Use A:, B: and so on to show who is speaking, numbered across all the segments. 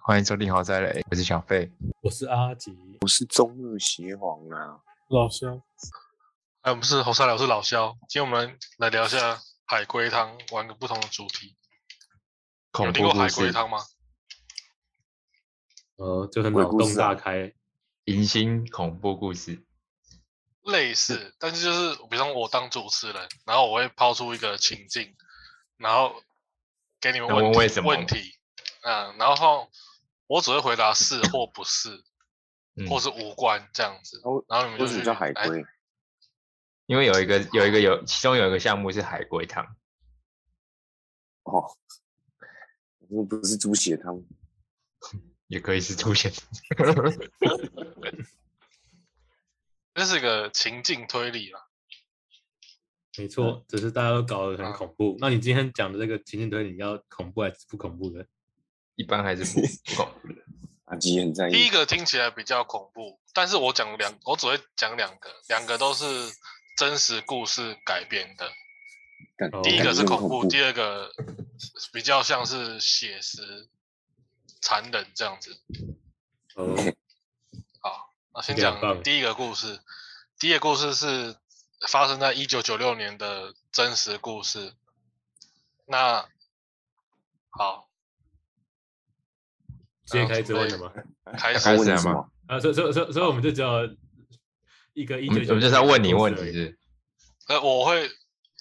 A: 欢迎收听《豪宅雷》，我是小费。
B: 我是阿吉，
C: 是中日协皇啊，
B: 老乡，
D: 哎，我们是侯赛来，我是老肖。今天我们来聊一下海龟汤，玩个不同的主题。
A: 恐
D: 有听
A: 怖
D: 过
A: 故
D: 海龟
A: 事、
D: 汤吗？
B: 呃，就很
C: 鬼
B: 脑
C: 故
B: 洞
C: 事啊
B: 大开，
A: 迎新恐怖故事，
D: 类似，但是就是比方我当主持人，然后我会抛出一个情境，然后给你们
A: 那
D: 问
A: 问
D: 题
A: 为什么
D: 问题，嗯，然后我只会回答是或不是，
A: 嗯，
D: 或是无关这样子。
C: 哦
D: 然后你们就
C: 为什么
D: 去哎
C: 叫海
D: 来
C: 龟？
A: 因为有一个有一个有其中有一个项目是海龟汤，
C: 哦，那不是猪血汤，
A: 也可以是出现
D: 这是一个情境推理啦。
B: 没
C: 嗯
B: 错，只是大家都搞得很
D: 啊
B: 恐怖。那你今天讲的这个情景推理，你要恐怖还是不恐怖的？
A: 一般还是不不恐怖的。
C: 阿吉很在意
D: 第一个听起来比较恐怖，但是我讲两，我只会讲两个，两个都是真实故事改编的。
C: 干。
B: 哦
D: 第一个是
C: 感觉
D: 恐
C: 很
D: 怖，第二个比较像是写实、残忍这样子。
B: 哦，
D: 好，那先
B: 两棒
D: 讲第一个故事。第一个故事是发生在一九九六年的真实故事。那好，
B: 直接开始问 了吗？
D: 开
A: 开
D: 始
A: 始
C: 问你
A: 了
C: 什
A: 吗
C: 么？
B: 啊，所以所以所以所以我们就只有一个一
A: 我
B: 九
A: 们
B: 九，
A: 我们就是要问你问题是 不是，
D: 呃，我会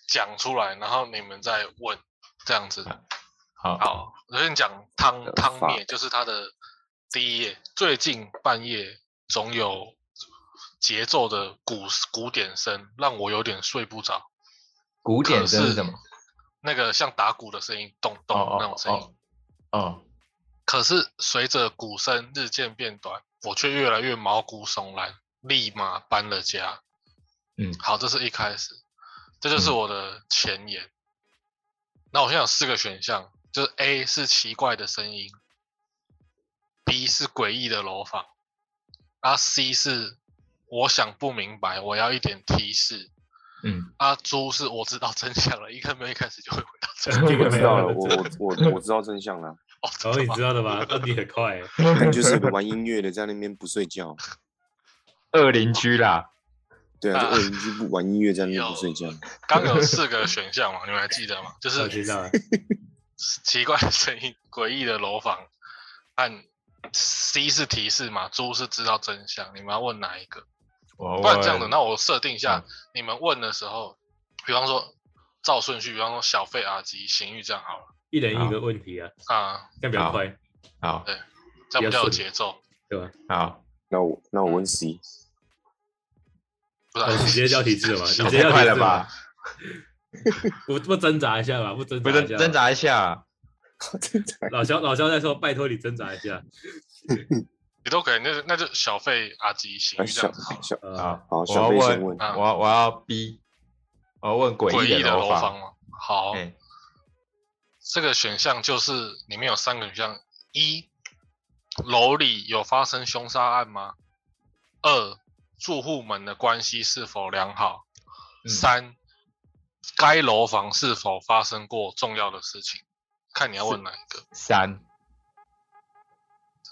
D: 讲出来，然后你们再问，这样子。
A: 好，
D: 好，我先讲汤
C: 呃
D: 汤
C: 法
D: 面，就是它的第一页。最近半夜总有节奏的鼓鼓点声，让我有点睡不着。
A: 古典
D: 可
A: 声
D: 是
A: 什么？
D: 那个像打鼓的声音，咚
A: 哦
D: 咚
A: 哦
D: 那种声音。
A: 哦哦，
D: 可是随着鼓声日渐变短，我却越来越毛骨悚然，立马搬了家。
A: 嗯
D: 好，这是一开始，这就是
A: 嗯
D: 我的前言。那我现在有四个选项，就是 A 是奇怪的声音，B 是诡异的楼房，啊 C 是我想不明白，我要一点提示，
A: 嗯，
D: 啊猪是我知道真相了，应该没有一开始就会回答这
B: 这个
D: 个。
C: 我
B: 没
C: 知
B: 有
C: 道
B: 那
C: 了，
B: 么
C: 我
B: 准
C: 我 我我知道真相了，
D: 哦，真
B: 哦，
D: 的
B: 你
D: 吗
B: 知道的吗？那你很 快欸，
C: 感觉是有个玩音乐的在那边不睡觉，
A: 二邻居啦，
C: 对啊，
D: 啊
C: 就二邻居不玩音乐在那边
D: 有
C: 不睡觉，
D: 刚有四个选项嘛，你们还记得吗？就
B: 我
D: 是
B: 知道了。
D: 奇怪的声音、诡异的楼房，按 C 是提示嘛，猪是知道真相。你们要问哪一个？
A: 我
D: 不然这样
B: 哦
D: 子，
A: 问
D: 那我设定一
B: 嗯
D: 下，你们问的时候，比方说照顺序，比方说小费、阿吉、邢玉这样好了
B: 一人一个问题啊，
D: 啊，
B: 这样比较
A: 好
B: 快，
A: 好
D: 这样比较有
B: 比较顺
D: 节奏，
B: 对吧？
A: 好，
C: 那我那
D: 嗯
C: 我问 C，
D: 不啊
B: 哦
D: 然
B: 你直接叫提示了嘛 你直接要
A: 太快了
B: 提示了
A: 吧？
B: 不不挣扎一下吧，不挣
A: 不
B: 扎
A: 是
B: 一下吧，
A: 挣扎一下，
B: 老肖老肖在说，拜托你挣扎一下。
D: 你都可以。那就那就小费、阿吉、
C: 啊
D: 邢玉这
C: 小
D: 样子好了。
C: 小
B: 呃，
A: 好，
C: 好
A: 我
C: 小
A: 要
C: 飞先
A: 问，
C: 问，
D: 啊
A: 我要我要逼，我要问
D: 诡
A: 诡
D: 异的
A: 楼
D: 楼房吗？好，
B: 嗯
A: 哎，
D: 这个选项就是里面有三个选项：一，楼里有发生凶杀案吗？二，住户们的关系是否良好？
A: 嗯
D: 三，该楼房是否发生过重要的事情？看你要问哪一个
A: 三，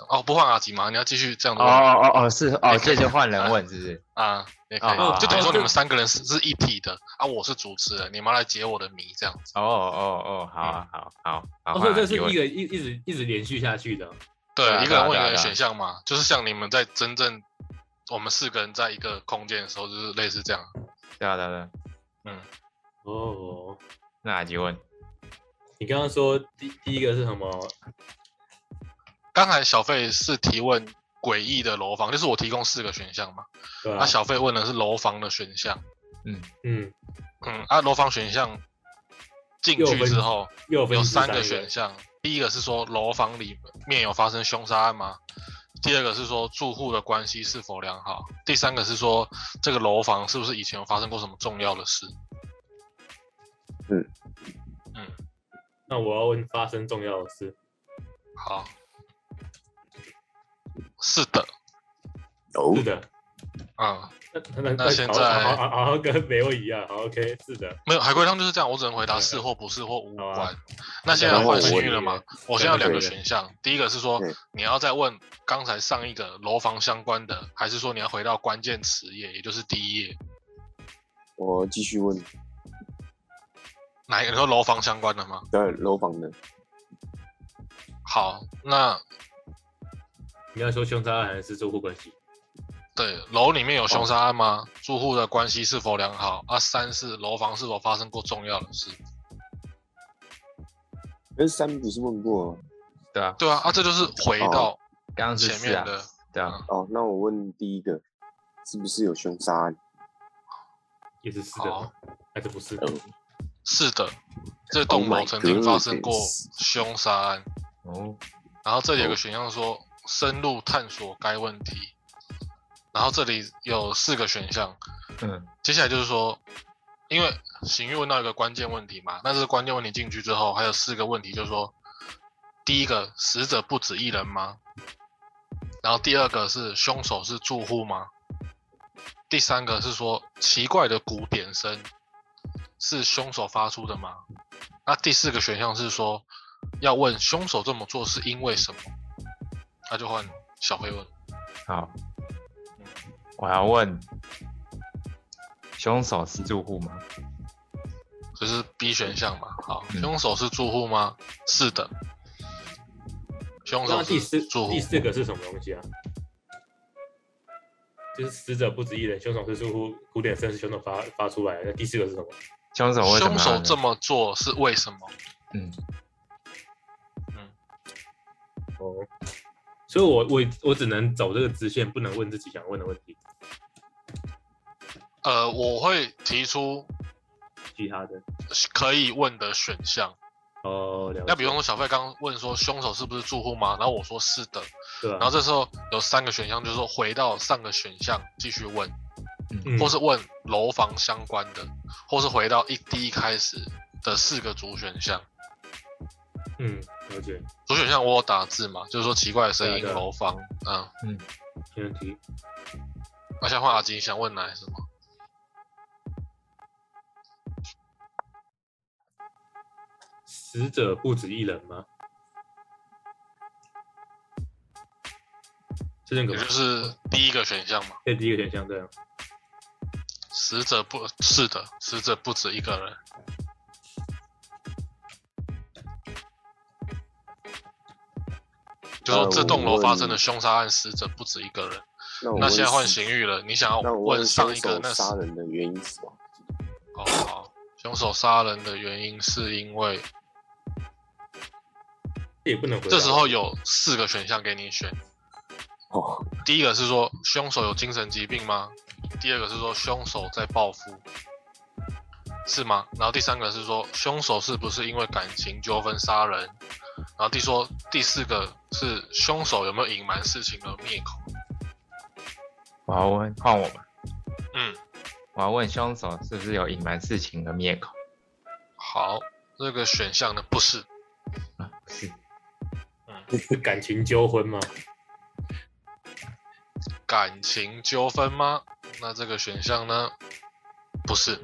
D: 哦，不换阿吉吗？你要继续这样
A: 哦
D: 子问
A: 哦哦哦，是哦，
D: 你可
A: 这
D: 以
A: 就换人问是不 是？
D: 啊？也可以，
A: 哦
D: 就等于
B: 好
D: 说你
B: 好
D: 们三个人是是一体的啊，我是主持人，你们要来解我的谜这样子。
A: 哦哦哦，好
D: 嗯
A: 啊好好好，
B: 哦，所以
A: 换
B: 这
A: 人
B: 是
A: 提问
B: 一个一一直一直连续下去的哦。
D: 对，
A: 对啊
D: 一
A: 对
D: 个
A: 啊
D: 人
A: 对
D: 问一
A: 啊
D: 个人
A: 对啊
D: 选项嘛，就是像你们在真正我们四个人在一个空间的时候，就是类似这样。
A: 对啊对啊对啊，
B: 哦，
A: 那阿吉问，
B: 你刚刚说第第一个是什么？
D: 刚才小费是提问诡异的楼房，就是我提供四个选项嘛，
B: 对啊吧、
D: 那、啊小费问的是楼房的选项，
B: 嗯，
D: 嗯，啊，楼房选项进
B: 又
D: 去
B: 分
D: 之后
B: 又分
D: 有
B: 十
D: 三
B: 个
D: 个选项，第一个是说楼房里面有发生凶杀案吗？第二个是说住户的关系是否良好，第三个是说这个楼房是不是以前有发生过什么重要的事？
B: 那我要问发生重要的事。
D: 好，是的，
C: 哦
B: 是，的，
D: 嗯，
B: 那
D: 那现在
B: 好好好好跟没有一样，好 OK，是的，
D: 没有海龟汤就是这样，我只能回答
B: 对啊
D: 是或不是或无
B: 好啊
D: 关。那现在
C: 然后
D: 换
C: 我
D: 幸运了吗？我现在有两个
B: 对对对
D: 选项，第一个是说
C: 对
D: 你要再问刚才上一个楼房相关的，还是说你要回到关键词页，也就是第一页？
C: 我继续问，
D: 哪一个？你说楼房相关的吗？
C: 对楼房的，
D: 好，那
B: 你要说凶杀案还是住户关系？
D: 对楼里面有凶杀案吗？住户的关系是否良好？啊，三是楼房是否发生过重要的事？
C: 可是哎三不是问过哦吗
A: 对啊，
D: 对啊，啊，这就是回到
A: 刚刚是
D: 前
A: 四
D: 面
A: 啊，
D: 的。
A: 对啊，
C: 哦？那我问第一个，是不是有凶杀案？
B: 也是是
D: 好
B: 的，还是不是？
C: 嗯
D: 是的，这栋
C: Oh my
D: 楼曾经发生
C: goodness
D: 过凶杀案。
A: 哦，
D: 然后这里有个选项说深入探索该问题，然后这里有四个选项，
A: 嗯，
D: 接下来就是说，因为邢玉问到一个关键问题嘛，那这个关键问题进去之后，还有四个问题，就是说，第一个死者不止一人吗？然后第二个是凶手是住户吗？第三个是说奇怪的鼓点声是凶手发出的吗？那第四个选项是说要问凶手这么做是因为什么？那就换小黑问。
A: 好，我要问，凶手是住户吗？
D: 就是 B 选项嘛。好，
A: 嗯
D: 凶手是住户吗？是的。凶
B: 那
D: 手
B: 第四
D: 是住户
B: 第，四个是什么东西啊？就是死者不止一人，凶手是疏忽古典声是凶手发发出来的。那第四个是什么？
A: 凶手为什么
D: 凶手
A: 要
D: 这么做是为什么？
A: 嗯，
B: 哦，所以我我我只能走这个支线，不能问自己想问的问题，
D: 呃，我会提出
B: 其他的。
D: 可以问的选项。
B: 哦，了解
D: 那比方说，小费刚刚问说凶手是不是住户吗？然后我说是的。
B: 对啊，
D: 然后这时候有三个选项，就是说回到上个选项继续问，
B: 嗯
D: 或是问楼房相关的，或是回到一第一开始的四个主选项。
B: 嗯，了解，
D: 主选项我有打字嘛，就是说奇怪的声音、
B: 对啊对啊
D: 楼房，嗯，
B: 没问题。
D: 那想换阿金，想问哪什么？
B: 死者不止一人吗？是认可
D: 也
B: 吗
D: 就？是第一个选项嘛。
B: 这第一个选项对啊。
D: 死者不是的，死者不止一个人。就说这栋楼发生的凶杀案，死者不止一个人。
C: 那我
D: 那
C: 问
D: 现在换
C: 死
D: 刑狱了，你想要
C: 那我问
D: 上
C: 凶
D: 一个
C: 手
D: 那是
C: 杀人的原因是什么？
D: 哦好，凶手杀人的原因是因为
B: 这也不
C: 啊
B: 能回答。
D: 这时候有四个选项给你选，
C: 哦，
D: 第一个是说凶手有精神疾病吗？第二个是说凶手在报复，是吗？然后第三个是说凶手是不是因为感情纠纷杀人？然后第说第四个是凶手有没有隐瞒事情而灭口？
A: 我要问换我吧，
D: 嗯，
A: 我要问凶手是不是有隐瞒事情的灭口？
D: 好，这个选项呢不是，
A: 啊，不是，
B: 是感情纠纷吗？
D: 感情纠纷吗？那这个选项呢不是，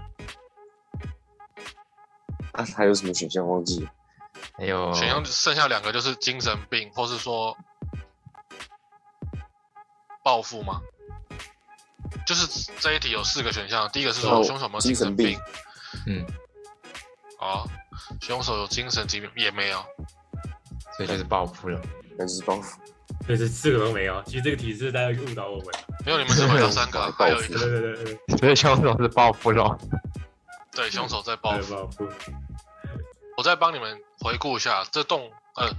C: 啊，还有什么选项忘记了？
A: 还有
D: 选项剩下两个就是精神病，或是说报复吗？就是这一题有四个选项，第一个是说
C: 哦
D: 凶手有没有
C: 精
D: 精
C: 神
D: 神
C: 病
D: 病，
A: 嗯，
D: 啊、凶手有精神疾病也没有，
A: 所以就是报复了。
C: 那就是报复，
B: 对，这四个都没有。其实这个题是大家误导我们。
D: 没有你们只回答三个，啊还有一
B: 对
D: 个
B: 对对
D: 哦
B: 对，
A: 所以凶手是报复咯。
D: 对凶手在报
B: 对
D: 复。
B: 报复。
D: 我再帮你们回顾一下这栋呃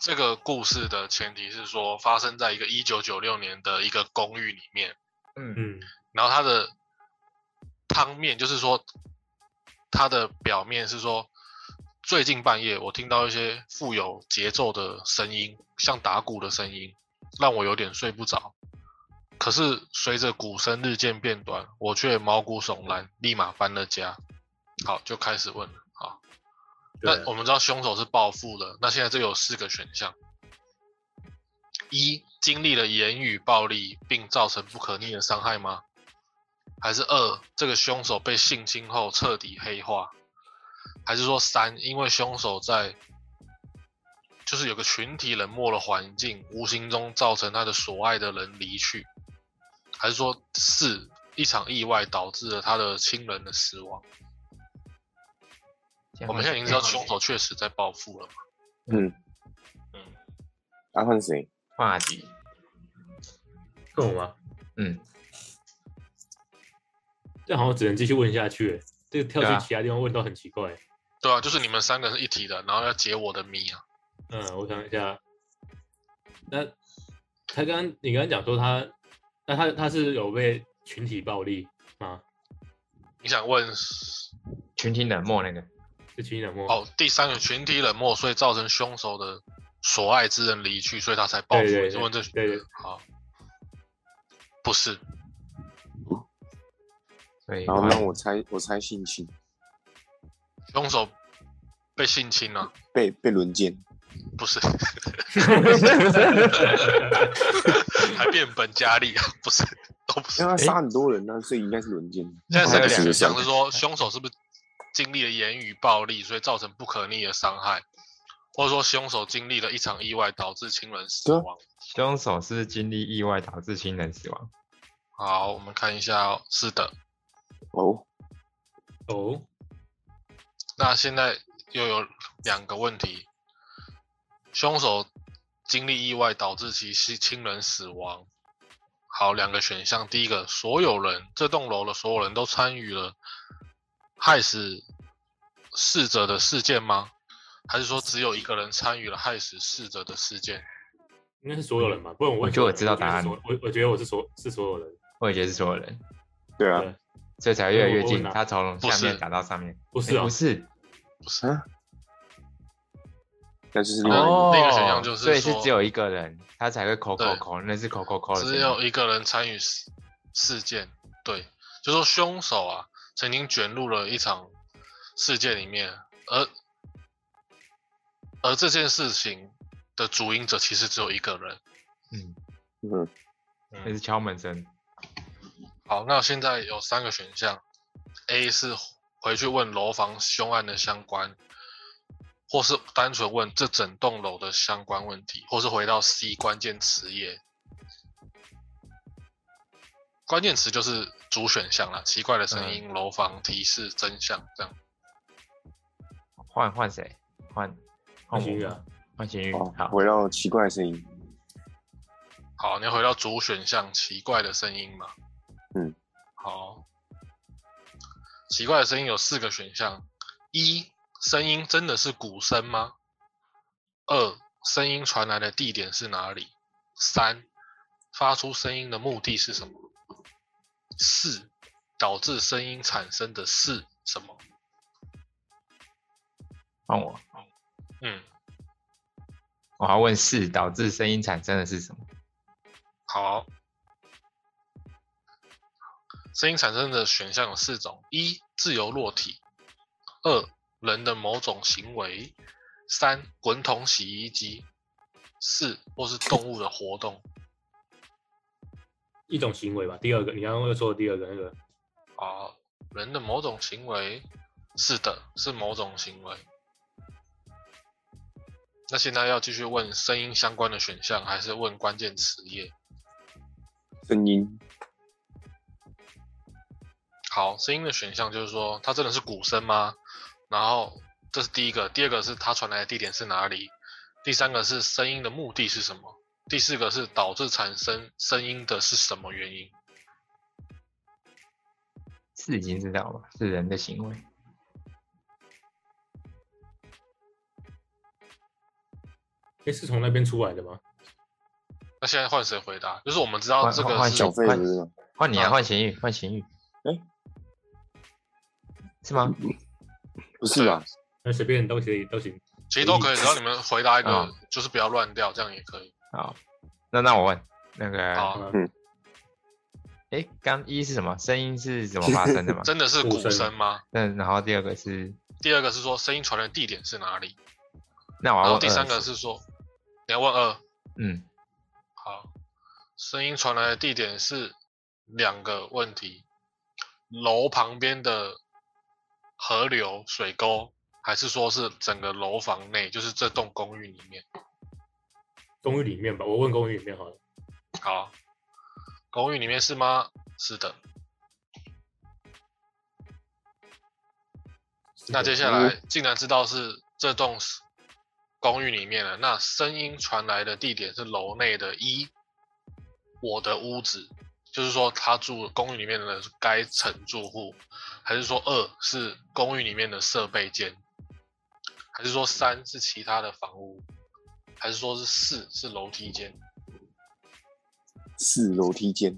D: 这个故事的前提是说发生在一个一九九六年的一个公寓里面，
A: 嗯，
B: 嗯，
D: 然后它的汤面就是说，它的表面是说，最近半夜我听到一些富有节奏的声音，像打鼓的声音，让我有点睡不着。可是随着鼓声日渐变短，我却毛骨悚然，立马搬了家。好，就开始问了。好，
B: 对啊
D: 那我们知道凶手是报复的，那现在这有四个选项：一、经历了言语暴力并造成不可逆的伤害吗？还是二，这个凶手被性侵后彻底黑化？还是说三，因为凶手在就是有个群体冷漠的环境，无形中造成他的所爱的人离去？还是说四，一场意外导致了他的亲人的死亡？我们现在已经知道凶手确实在报复了嘛？
C: 嗯
D: 嗯，
C: 啊，换谁？
A: 话题，
B: 跟我吗？
A: 嗯，
B: 这好像只能继续问下去、欸，这个跳
A: 对啊
B: 去其他地方问到很奇怪、欸
D: 对啊，就是你们三个是一体的，然后要解我的谜啊。
B: 嗯，我想一下，那他刚刚你刚刚讲说他，那他他是有被群体暴力吗？
D: 你想问
A: 群体冷漠那个，
B: 是群体冷漠？
D: 哦，第三个群体冷漠，所以造成凶手的所爱之人离去，所以他才报复。
B: 对对
D: 你是问这
B: 对对
D: 好，不是，
A: 所以
C: 然后让我猜，我猜性侵，
D: 凶手被性侵了、
C: 被被轮奸，
D: 不是， 还变本加厉啊，不是，都不是
C: 因为。他杀很多人呢、啊所以应该是轮奸。
D: 现在三个
C: 两
D: 选
C: 个
D: 项是说，凶手是不是经历了言语暴力，所以造成不可逆的伤害，或者说凶手经历了一场意外导致亲人死
C: 对啊
D: 亡？
A: 凶手是经历意外导致亲人死亡。
D: 好，我们看一下、哦，是的。
C: 哦，
B: 哦，
D: 那现在又有两个问题：凶手经历意外导致其亲亲人死亡。好，两个选项，第一个，所有人这栋楼的所有人都参与了害死逝者的事件吗？还是说只有一个人参与了害死逝者的事件？
B: 应该是所有人吧？不然我
A: 我
B: 问
A: 觉得
B: 所有
A: 我
B: 人
A: 知道答案
B: 我觉得是所我我觉得我是所是所有人，
A: 我也觉得是所有人，
C: 对啊，
B: 对，
A: 所以才越来越近。
B: 我我哪
A: 他从
D: 不
A: 下
D: 是
A: 面打到上面，不
B: 不是啊
A: 哎不，是
C: 那就是另外一个。
A: 哦，
D: 那个选项就是
A: 所以是
D: 说
A: 只有一个人，他才会扣扣
D: 对
A: 扣，那是扣扣扣的声
D: 只
A: 音。
D: 有一个人参与事事件，对，就说凶手啊曾经卷入了一场事件里面，而而这件事情的主因者其实只有一个人。
A: 嗯，
C: 嗯，
A: 那是敲门声。
D: 好，那现在有三个选项：A 是回去问楼房凶案的相关，或是单纯问这整栋楼的相关问题，或是回到 C 关键词页。关键词就是主选项啦，奇怪的声音、楼房提示、真相这样。
A: 换换谁？换
B: 那
A: 换
B: 行
A: 我
B: 啊，
A: 换咸鱼。
C: 哦，
A: 嗯好，
C: 回到奇怪的声音，
D: 好，你要回到主选项，奇怪的声音嘛？
C: 嗯，
D: 好。奇怪的声音有四个选项：一、声音真的是鼓声吗？二、声音传来的地点是哪里？三、发出声音的目的是什么？四、导致声音产生的是什么？
A: 换我。
D: 嗯，
A: 我要问是导致声音产生的是什么？
D: 好，声音产生的选项有四种：一、自由落体；二、人的某种行为；三、滚筒洗衣机；四或是动物的活动。
B: 一种行为吧。第二个，你刚刚又说的第二个那个，
D: 啊，人的某种行为，是的，是某种行为。那现在要继续问声音相关的选项，还是问关键词页？
C: 声音，
D: 好，声音的选项就是说，它真的是鼓声吗？然后这是第一个，第二个是它传来的地点是哪里？第三个是声音的目的是什么？第四个是导致产生声音的是什么原因？
A: 是已经知道了，是人的行为。
B: 哎，是从那边出来的吗？
D: 那现在换谁回答？就是我们知道
A: 换
D: 这个
A: 换
D: 是
C: 小费不是吗？
A: 换你啊，
D: 啊
A: 换咸鱼，换咸鱼。
C: 诶
A: 是吗？
C: 不是啊吧？
B: 那随便都可以都行。
D: 其实都可以，只要你们回答一
A: 啊
D: 个，就是不要乱掉，这样也可以。
A: 好，那那我问那个，
D: 好，？
B: 嗯
A: 哎，刚一是什么？声音是 怎么发生的吗
D: 真的是
B: 鼓
D: 鼓
B: 声
D: 声吗？
A: 那然后第二个是，
D: 第二个是说声音传来的地点是哪里？
A: 那我要
D: 然后
A: 问
D: 第
A: 二
D: 三个是说你要问二，
A: 嗯，
D: 好，声音传来的地点是两个问题，楼旁边的河流、水沟，还是说是整个楼房内，就是这栋公寓里面？
B: 公寓里面吧，我问公寓里面好了。
D: 好，公寓里面是吗？是的。
B: 是
D: 那
B: 的
D: 接下来竟然知道是这栋 s- 公寓里面了。那声音传来的地点是楼内的一，我的屋子，就是说他住公寓里面的该层住户，还是说二是公寓里面的设备间，还是说三是其他的房屋，还是说是四是楼梯间？
C: 是楼梯间，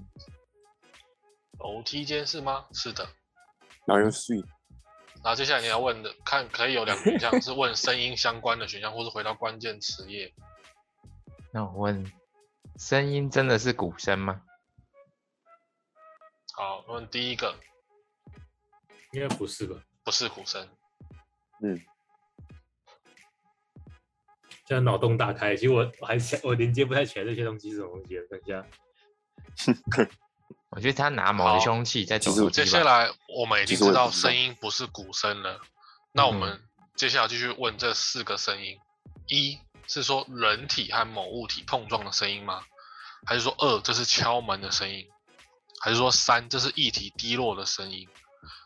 D: 楼梯间是吗？是的。
C: 然后又睡，
D: 然后接下来你要问的，看可以有两个选项是问声音相关的选项，或是回到关键词页。
A: 那我问，声音真的是鼓声吗？
D: 好，问第一个
B: 应该不是吧？
D: 不是鼓声，
C: 嗯，
B: 现在脑洞大开，其实我我还想我连接不太起来这些东西是什么东西。等一下，
A: 我觉得他拿某
D: 好
A: 个凶器在走
C: 其实
A: 楼
C: 我
A: 梯
D: 接下
A: 吧。
D: 来我们已
C: 其
D: 经
C: 实我也
D: 知道
C: 不知道
D: 声音不是鼓声了，那我们接下来继续问这四个声音：一是说人体和某物体碰撞的声音吗？还是说二这是敲门的声音？还是说三这是液体滴落的声音？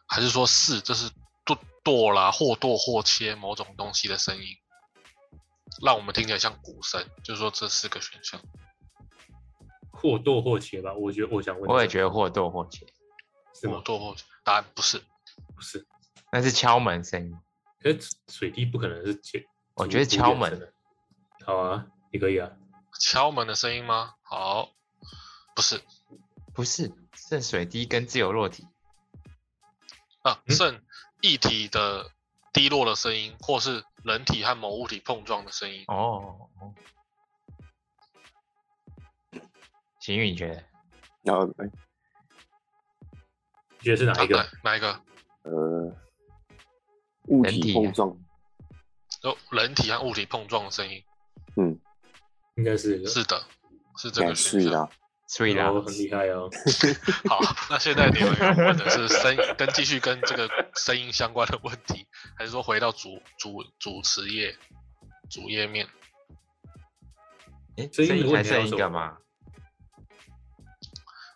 D: 还是说四这是剁剁啦或剁或切某种东西的声音？让我们听起来像鼓声，就是说这四个选项。
B: 或剁或切吧，我觉得我想问，
A: 我也觉得或多或缺，
B: 是
D: 或
B: 吗？
D: 剁或切，答案不是。
B: 不是，
A: 那是敲门声音。
B: 可是水滴不可能是切，
A: 我觉得
B: 竹
A: 敲门
B: 竹简称的。好啊，你可以啊。
D: 敲门的声音吗？好，不是
A: 不是，是水滴跟自由落体。
D: 啊，
B: 嗯
D: 剩液体的滴落的声音，或是人体和某物体碰撞的声音。
A: 哦，哦秦宇，你觉得？
C: 然后哎
B: 你觉得是哪一个？
D: 啊对哪一个？
C: 呃，物
A: 人体
C: 体
A: 啊
C: 碰撞，
D: 有哦人体和物体碰撞的声音。
C: 嗯，
B: 应该是这个
D: 是的，是这
C: 两
D: 个
C: 睡
D: 选
B: 啊
D: 项。
C: 啦，
A: 所以啦
B: 哦，很厉害哦。
D: 好，那现在你们要问的是声音，跟继续跟这个声音相关的问题，还是说回到主主主词页主页面？
A: 哎，
B: 声
A: 声
B: 音的
A: 音
B: 问
A: 还
B: 题还有
A: 剩一
B: 什
A: 个
B: 么
A: 嘛？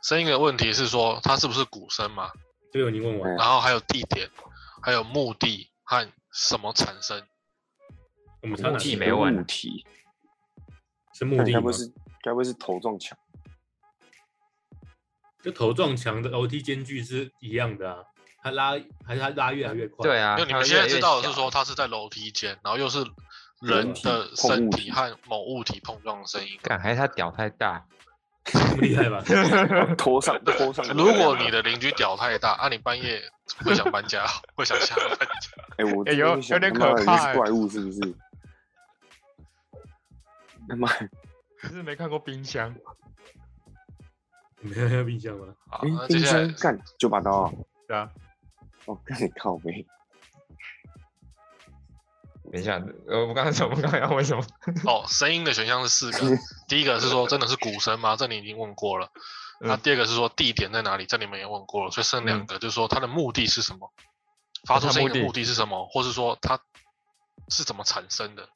D: 声音的问题是说它是不是鼓声嘛？
B: 这个已经问完了，
D: 然后还有地点，还有目的和什么产生。
C: 哎
B: 我们差哪
A: 估计
B: 一个
A: 没问
C: 物体，
B: 是目
C: 哎那
B: 的
C: 该不
B: 吗
C: 会？是该不会是头撞墙？
B: 就头撞墙的楼梯间距是一样的啊，它拉还是它拉越来越快？
A: 对，啊，
D: 就你
A: 它
D: 们
A: 会
D: 现在
A: 越来
D: 知
A: 越
D: 道的
A: 小
D: 是
A: 啊
D: 说，它是在楼梯间，然后又是人
C: 人体
D: 的
C: 碰
D: 身
C: 物
D: 体
C: 体
D: 和某物体碰撞的声音。。
A: 干，还是他屌太大？
B: 这么厉害 吧？
C: 拖上拖上
D: 如果你的邻居屌太大，啊那、你半夜会想搬家， 会想下楼搬家。
C: 哎、我
A: 哎
C: 真
A: 有
C: 的会想
A: 有点
C: 他妈
A: 可
C: 的
A: 怕
C: 你
A: 哎
C: 是怪物是不是？他妈，
A: 可是没看过冰箱。
B: 你们要冰箱吗？
D: 好，
C: 哎
D: 那接
C: 冰
D: 下来
C: 箱干九把刀啊！
A: 对啊，
C: 我、哦、干你靠背，
A: 等一下，呃，我刚刚什么？我刚刚要问什么？
D: 哦，声音的选项是四个，第一个是说真的是鼓声吗？这你已经问过了。那、
A: 嗯
D: 第二个是说地点在哪里，这你们也问过了，所以剩两
A: 嗯
D: 个，就是说它的目的是什么，发出
A: 它
D: 声音
A: 目
D: 的
A: 的
D: 目的是什么，或是说它是怎么产生的。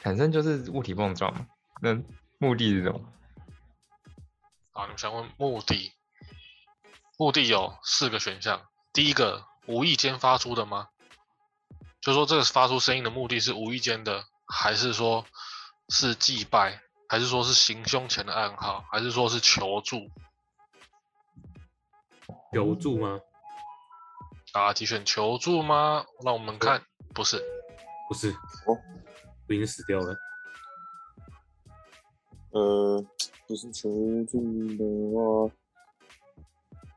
A: 产生就是物体碰撞嘛。那目的是什么？
D: 啊，你们想问目的？目的有四个选项。第一个，无意间发出的吗？就说这个发出声音的目的是无意间的，还是说是祭拜，还是说是行凶前的暗号，还是说是求助？
B: 求助吗？
D: 啊，题选求助吗？让我们看，不是，
B: 不是，
C: 哦，
B: 我已经死掉了。
C: 呃，不是求助的话，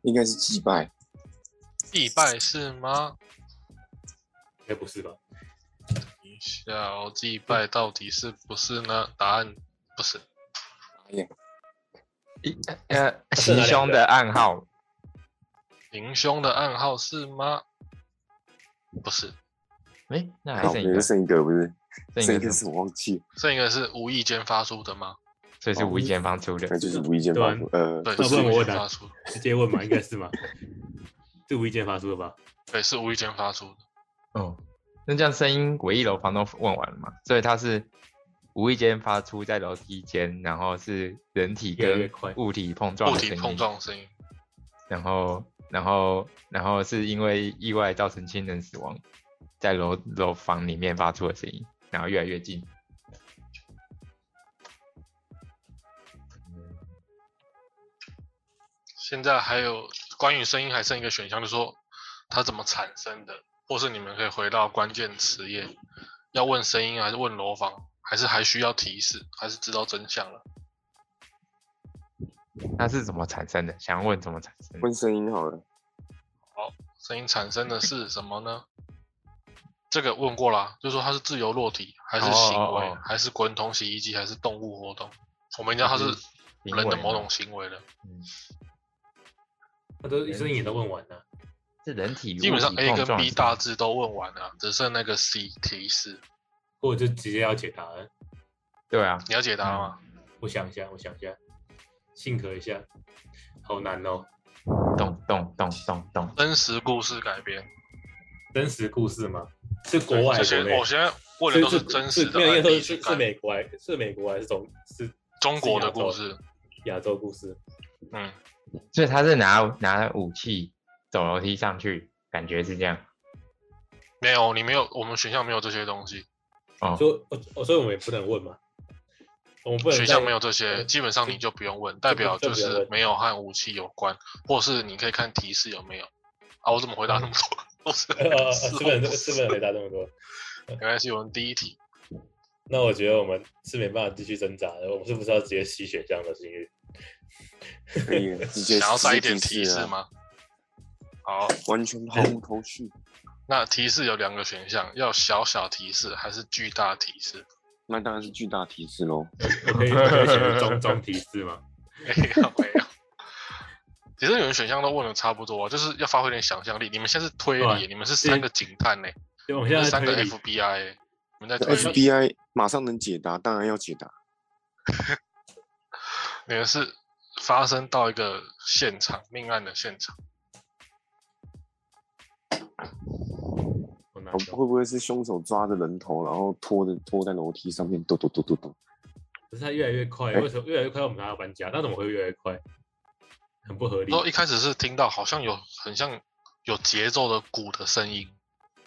C: 应该是祭拜，
D: 祭拜是吗？
B: 应哎该不是吧？
D: 一下哦，祭拜到底是不是呢？答案不是。
A: 一呃，行
B: 剩了两
A: 凶
B: 个
A: 的暗号。
D: 行凶的暗号是吗？不是。
A: 哎，那还
C: 靠
A: 剩一
C: 背
A: 个
C: 就，剩一个不是？
A: 剩
C: 剩
A: 一
C: 一
A: 个
C: 个
A: 是什
C: 是
A: 么，
C: 我忘记了，
D: 剩一个是无意间发出的吗？
A: 所以是无意间放出的啊
C: 那。就是无意间发出，呃，
D: 对，
B: 那
D: 是
B: 不然
D: 无
B: 我
D: 意间
B: 打
D: 发出的。
B: 直接问嘛，应该是嘛？是无意间发出的吧？
D: 对，是无意间发出的。
A: 哦，那这样声音诡异楼房都问完了嘛？所以它是无意间发出在楼梯间，然后是人体
B: 越来越
A: 跟
B: 快
A: 物体碰撞
D: 物
A: 的
D: 体
A: 声
D: 碰
A: 音，
D: 撞的声音，
A: 然后然后然后是因为意外造成亲人死亡，在楼楼房里面发出的声音，然后越来越近。
D: 现在还有关于声音还剩一个选项，就是说它怎么产生的，或是你们可以回到关键词页，要问声音还是问楼房，还是还需要提示，还是知道真相了？
A: 它是怎么产生的？想问怎么产生的？
C: 问声音好了，
D: 声音产生的是什么呢？这个问过啦，就是说它是自由落体，还是行为，
A: 哦哦哦
D: 还是滚筒洗衣机，还是动物活动？我们知道它是
A: 还是行
D: 人的
A: 为啊
D: 某
A: 吗
D: 种行为了。
A: 嗯
B: 那都声音也都问完了，
A: 是人体
D: 基本上
A: 物体
D: A
A: 碰
D: 跟
A: 撞
D: B
A: 的
D: 大致都问完了，只剩那个 C 提示。
B: 或者就直接要解答了。
A: 对啊，
D: 你要解答了吗？
B: 我想一下，我想一下，信可一下，好难哦。
A: 咚咚咚咚咚，
D: 真实故事改编，
B: 真实故事吗？是国
D: 对
B: 外
D: 这
B: 还
D: 些
B: 是国内
D: 我现在问的都
B: 所以
D: 是真实的
B: 没有，应
D: 案
B: 该说
D: 例
B: 是
D: 去
B: 是
D: 看
B: 美国还是美国还是中是
D: 中国的
B: 是亚洲
D: 故事。
B: 亚洲故事？
D: 嗯，
A: 所以他是拿拿武器走楼梯上去，感觉是这样。
D: 没有，你没有，我们选项没有这些东西，
A: 哦，
B: 所以我我所以我们也不能问嘛，我们不能
D: 选项没有这些，
B: 对
D: 基本上你就不用问，代表就
B: 就不用
D: 是
B: 问
D: 没有和武器有关，或是你可以看提示有没有。啊，我怎么回答那么多？ 都 是
B: 呃呃，是不能
D: 都
B: 是不能回答这么多。
D: 没关系，我们第一题，
B: 那我觉得我们是没办法继续挣扎的，我们是不是要直接吸选项的进去？
C: 可以了直接
D: 想要
C: 直接
D: 再一点
C: 提
D: 提
C: 示
D: 示
C: 啊？
D: 吗？好，
C: 完全毫无头绪，
D: 那提示有两个选项，要小小提示还是巨大提示？
C: 那当然是巨大提示喽。
B: 我可以我可以选中中提示吗？
D: 没有没有。 其实你们选项都问的差不多、啊，就是要发挥点想象力。你们现在是推理，
B: 对
D: 你们是三个警探呢、
B: 对，我们
D: 你
B: 现在
D: 们是
B: 在
D: 三个
B: 推理，
D: FBI，、欸、你们在推理，
C: FBI 马上能解答，当然要解答。
D: 你们是发生到一个现场命案的现场，
B: 好难
C: 会
B: 哦
C: 会不会是凶手抓着人头，然后拖着拖在楼梯上面，抖抖抖抖抖？
B: 可是它越来越快，
C: 哎
B: 为什么越来越快？我们还要搬家，那怎么会越来越快？很不合理
D: 然。后一开始是听到好像有很像有节奏的鼓的声音，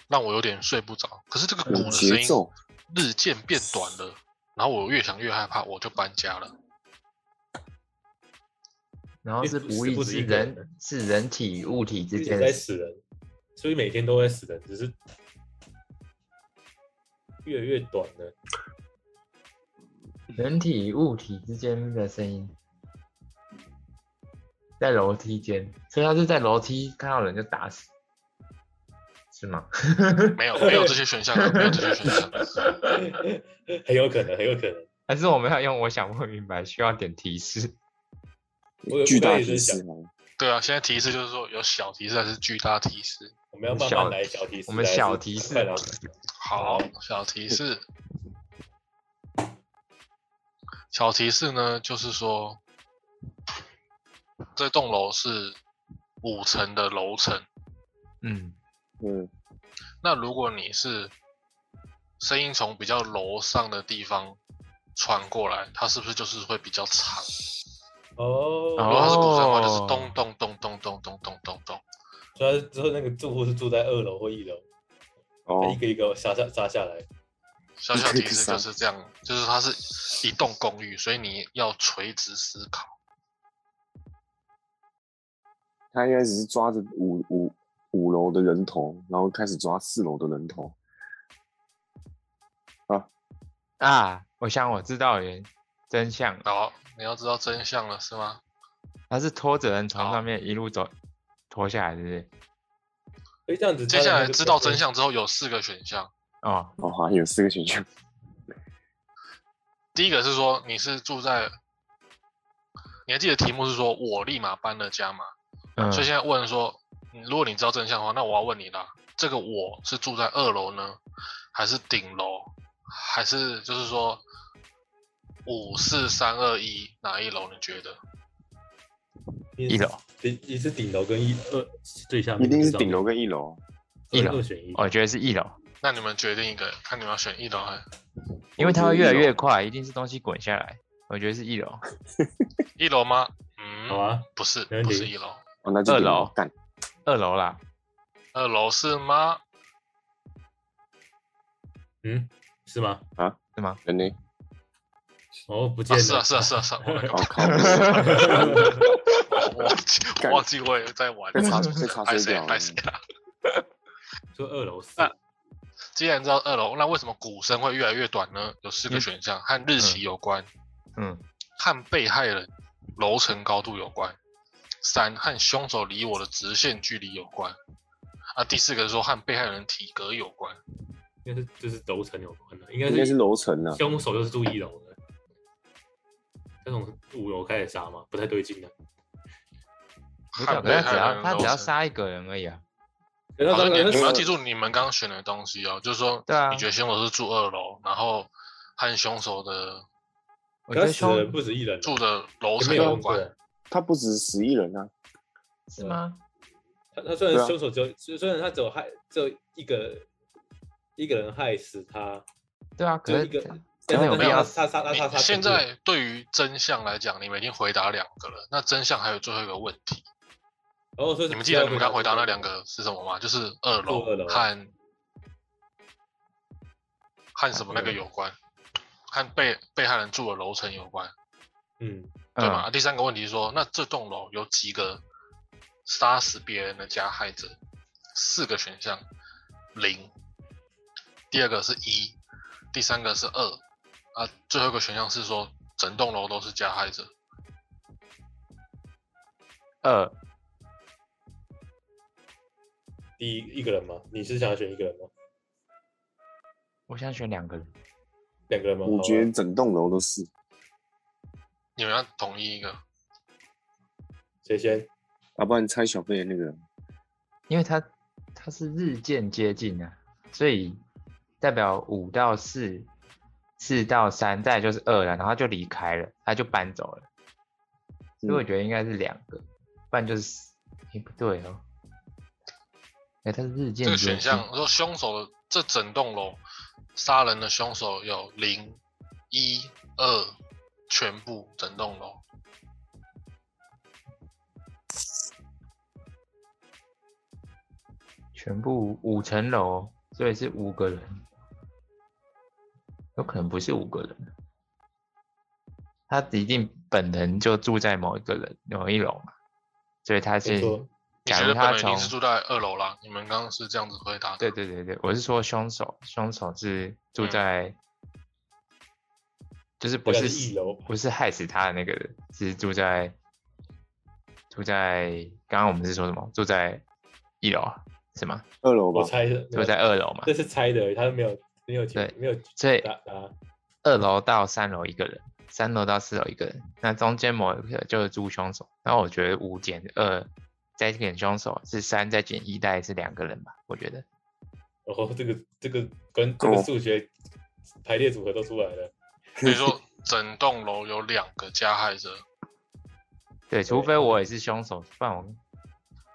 D: 让我有点睡不着。可是这个鼓
C: 有
D: 的声
C: 嗯节
D: 音
C: 奏，
D: 日渐变短了，然后我越想越害怕，我就搬家了。
A: 然后
B: 因
A: 是
B: 为
A: 无
B: 是
A: 意
B: 不止
A: 是
B: 一个人
A: 人是人体物体之
B: 一
A: 间
B: 直
A: 的
B: 在死人，所以每天都在死人，只是越来越短了。
A: 人体物体之间的声音，在楼梯间，所以他是在楼梯看到人就打死，是吗？
D: 没有没有这些选项啊，没有这些选项。
B: 很有可能，很有可能。
A: 还是我们要用我想不明白，需要点提示？
B: 我有
C: 巨大
B: 我也在
C: 提示
B: 想
C: 啊！
D: 对啊，现在提示就是说有小提示还是巨大提示。
B: 我们要慢
A: 小
B: 慢来小提示，
A: 我们小提示
B: 来来
D: 好，小提示，小提示呢，就是说这栋楼是五层的楼层。
A: 嗯，
C: 嗯，
D: 那如果你是声音从比较楼上的地方传过来，它是不是就是会比较长？如
B: 哦，
D: 果它是鼓声的话，就是
A: 哦
D: 咚咚咚咚咚咚咚咚咚。
B: 主要是之后那个住户是住在二楼或一楼，
C: 哦
B: 一，个一个杀下杀下来。
D: 小小提示就是这样，就是它是一栋公寓，所以你要垂直思考。
C: 他一开始是抓着五五五楼的人头，然后开始抓四楼的人头。
A: 啊，我想我知道原真相了，
D: 好，你要知道真相了是吗？
A: 他是拖着人从
D: 好
A: 上面一路走拖下来，是不是？
B: 哎，这样子，
D: 接下来知道真，相之后有四个选项，
A: 哦，
C: 哦，还有四个选项，
D: 第一个是说你是住在，你还记得题目是说我立马搬了家吗？
C: 啊
A: 嗯，
D: 所以现在问说，嗯如果你知道真相的话，那我要问你啦，这个我是住在二楼呢，还是顶楼，还是就是说五四三二一哪一楼？你觉得？
A: 一楼，
B: 顶一是顶楼跟一二最下
C: 一
B: 面，
C: 定是顶楼跟一楼。
A: 一楼
B: 二选
D: 哦
B: 一。
A: 我觉得是一楼，
D: 那你们决定一个，看你们要选一楼还
A: 因为它
C: 我
A: 会
C: 觉得
A: 越来
C: 一楼
A: 越快，一定是东西滚下来。我觉得是一楼，
D: 一楼吗？
B: 好
D: 嗯，
B: 啊，
D: 不是，
B: 没问
D: 不
B: 题
D: 是一楼，
C: 哦，那就顶
A: 二楼
C: 干，
A: 二楼啦，
D: 二楼是吗？
B: 嗯，是吗？
A: 是吗？
C: 人呢？
B: 哦，不见
D: 啊，
B: 了。
D: 是啊，是啊，是啊，是啊，我那
C: 哦
D: 个
C: 靠！
D: 我忘记，我
C: 干
D: 忘记我也在玩，哎
C: 被查被查
D: 拍
C: 水
D: 谁
C: 表
D: 拍谁
C: 了。
D: 啊？
B: 就二楼四。
D: 啊既然知道二楼，那为什么鼓声会越来越短呢？有四个选项，和日期有关，
A: 嗯，
D: 和被害人楼层高度有关，三和凶手离我的直线距离有关，啊，第四个是说和被害人体格有关。
B: 应该是就是楼层有关的，应该
C: 应该是
B: 是
C: 楼 层啊，
B: 凶手就是住一楼的，他从五楼开始杀吗？不太对劲的。
A: 不
D: 和
A: 可
D: 被
A: 能他
D: 害
A: 只要
D: 人
A: 他
D: 楼
A: 只要
D: 层
A: 杀一个人而已啊。
D: 好像你你们要
C: 是
D: 记住你们刚刚选的东西哦，就是说，
A: 对啊
D: 你觉得凶手是住二楼，然后和凶手的
A: 我觉
B: 他
A: 得
B: 死人
A: 凶
B: 不止一人啊，
D: 住的楼
B: 前面
D: 层
B: 有啊
D: 有
B: 问过
D: 关。
B: 的。
C: 他不止十亿人啊，
A: 是吗？
B: 他他虽然
C: 对啊
B: 凶手只有，虽虽然他只有害只有一个一个人害死他，
A: 对啊，
B: 就
A: 可
B: 一个
A: 是，
B: 但
A: 没
B: 是
A: 有
B: 但
A: 必
B: 是
A: 要
B: 他他杀他
D: 你
B: 他杀
D: 现在对于真相来讲，你们已经回答两个了，那真相还有最后一个问题，
B: 哦，所以
D: 你们记得你们刚回答那两个是什么吗？就是二楼
B: 住二楼
D: 和和什么那个有关，和被被害人住的楼层有关，
B: 嗯
D: 对吗？
A: 嗯，
D: 啊第三个问题是说，那这栋楼有几个杀死别人的加害者？四个选项，零，第二个是一，第三个是二，啊，最后一个选项是说整栋楼都是加害者。
A: 二
B: 第一一个人吗？你是想要选一个人吗？
A: 我想选两个人，
B: 两个人吗？
C: 我觉得整栋楼都是。
D: 你们要同意一个，
B: 谁先？
C: 要啊不然猜小贝的那个，
A: 因为它它是日渐接近啊，所以代表五到四，四到三，再来就是二了，然后他就离开了，他就搬走了，所以我
C: 嗯
A: 觉得应该是两个，不然就是四，诶不对哦，哎、它是日渐
D: 这个
A: 接
D: 选
A: 近，
D: 项说凶手的这整栋楼杀人的凶手有零、一、二，全部整栋楼。
A: 全部五层楼，哦所以是五个人，有可能不是五个人，他一定本人就住在某一个人某一楼嘛，所以他
B: 没
A: 是
B: 错，
D: 你
A: 假如
D: 觉得本
A: 他
D: 人一
A: 从
D: 定是住在二楼啦？你们刚刚是这样子回答的。
A: 对对对对，我是说凶手，凶手是住
D: 嗯
A: 在，就是不
B: 大概
A: 是
B: 啊是
A: 死
B: 一楼
A: 不是害死他的那个人，是住在住在刚刚我们是说什么？住在一楼啊是吗？
C: 二楼吧
B: 我，猜的，
A: 住在二楼嘛
B: 这，是猜的而已，他没有没有解
A: 对
B: 没有
A: 所以
B: 答答。
A: 二楼到三楼一个人，三楼到四楼一个人，那中间某一个就是租凶手。那我觉得五减二再减凶手是三，再减一大概是两个人吧，我觉得。
B: 然后这个这个跟这个
C: 哦
B: 数学排列组合都出来了，
D: 所以说整栋楼有两个加害者，
A: 对，除非我也是凶手，不然我，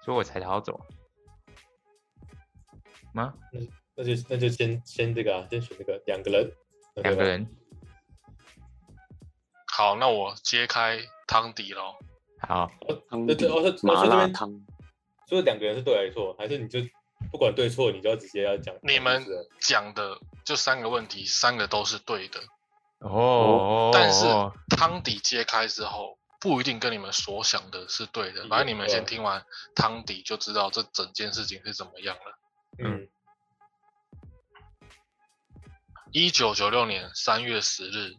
A: 所以我才逃走。吗？
B: 那就那就先先这个啊，先选这个两个人，那对
A: 两
B: 吧
A: 个，人？
D: 好，那我揭开汤底喽。
A: 好，
C: 汤
B: 对对哦，他
C: 麻辣，
B: 他
C: 汤，
B: 所以两个人是对还是错，还是你就不管对错，你就要直接要讲
D: 你们
B: 故事了
D: 讲的就三个问题，三个都是对的，
A: 哦，
D: 但是
A: 哦
D: 汤底揭开之后，不一定跟你们所想的是对的。
B: 嗯
D: 反正你们先
B: 对
D: 听完汤底就知道这整件事情是怎么样了。
B: 嗯，
D: 一九九六年三月十日，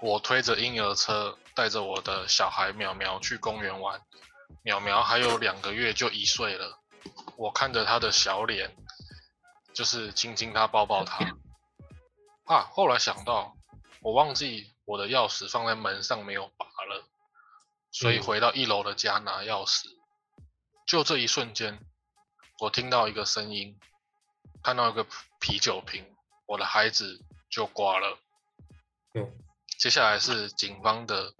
D: 我推着婴儿车，带着我的小孩淼淼去公园玩。淼淼还有两个月就一岁了，我看着他的小脸，就是亲亲他，抱抱他。啊，后来想到，我忘记我的钥匙放在门上没有拔了，所以
B: 嗯
D: 回到一楼的家拿钥匙。就这一瞬间，我听到一个声音，看到一个啤啤酒瓶，我的孩子就挂了。
B: 嗯，
D: 接下来是警方的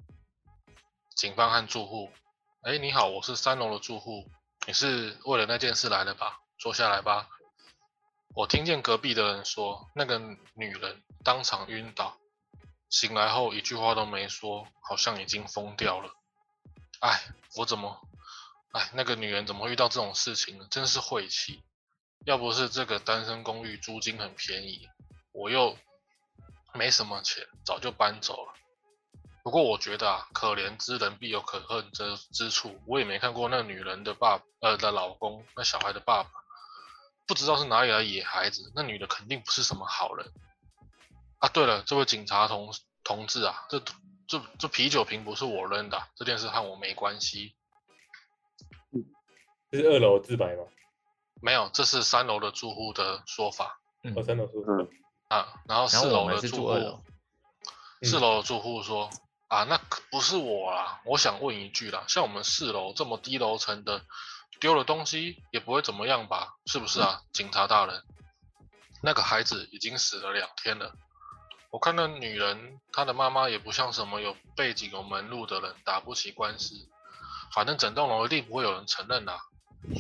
D: 警方和住户，哎，你好，我是三楼的住户，你是为了那件事来的吧？坐下来吧。我听见隔壁的人说，那个女人当场晕倒，醒来后一句话都没说，好像已经疯掉了。哎，我怎么，哎，那个女人怎么会遇到这种事情呢？真是晦气。要不是这个单身公寓租金很便宜，我又没什么钱，早就搬走了。不过我觉得啊，可怜之人必有可恨之之处。我也没看过那女人的爸，呃的老公，那小孩的爸爸，不知道是哪里来的野孩子。那女的肯定不是什么好人啊。对了，这位警察同同志啊，这这这啤酒瓶不是我扔的啊、这件事和我没关系。
B: 这是二楼自白嘛？
D: 没有，这是三楼的住户的说法。
A: 嗯
B: 哦，，三楼说，
C: 嗯，
D: 啊，然后
A: 然
D: 四
A: 后我
D: 楼
A: 们
D: 的
A: 是
D: 住
A: 住
D: 户，
A: 二楼
D: 四
B: 嗯
D: 楼的住户说啊，那可不是我啦，我想问一句啦，像我们四楼这么低楼层的，丢了东西也不会怎么样吧？是不是
A: 嗯
D: 啊，警察大人？那个孩子已经死了两天了，我看那女人，她的妈妈也不像什么有背景、有门路的人，打不起官司。反正整栋楼一定不会有人承认啦、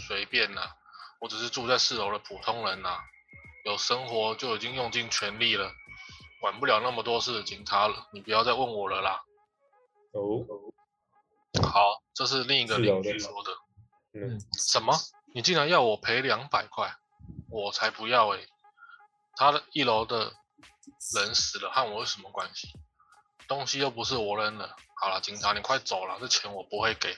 D: 随便啦、我只是住在四楼的普通人啦、有生活就已经用尽全力了，管不了那么多事的警察了，你不要再问我了啦。
B: 哦，
D: 好，这是另一个
B: 四楼
D: 邻居
B: 的吗
D: 说的。
B: 嗯，
D: 什么？你竟然要我赔两百块？我才不要诶、他的一楼的人死了，和我有什么关系？东西又不是我扔的。好了，警察，你快走了，这钱我不会给。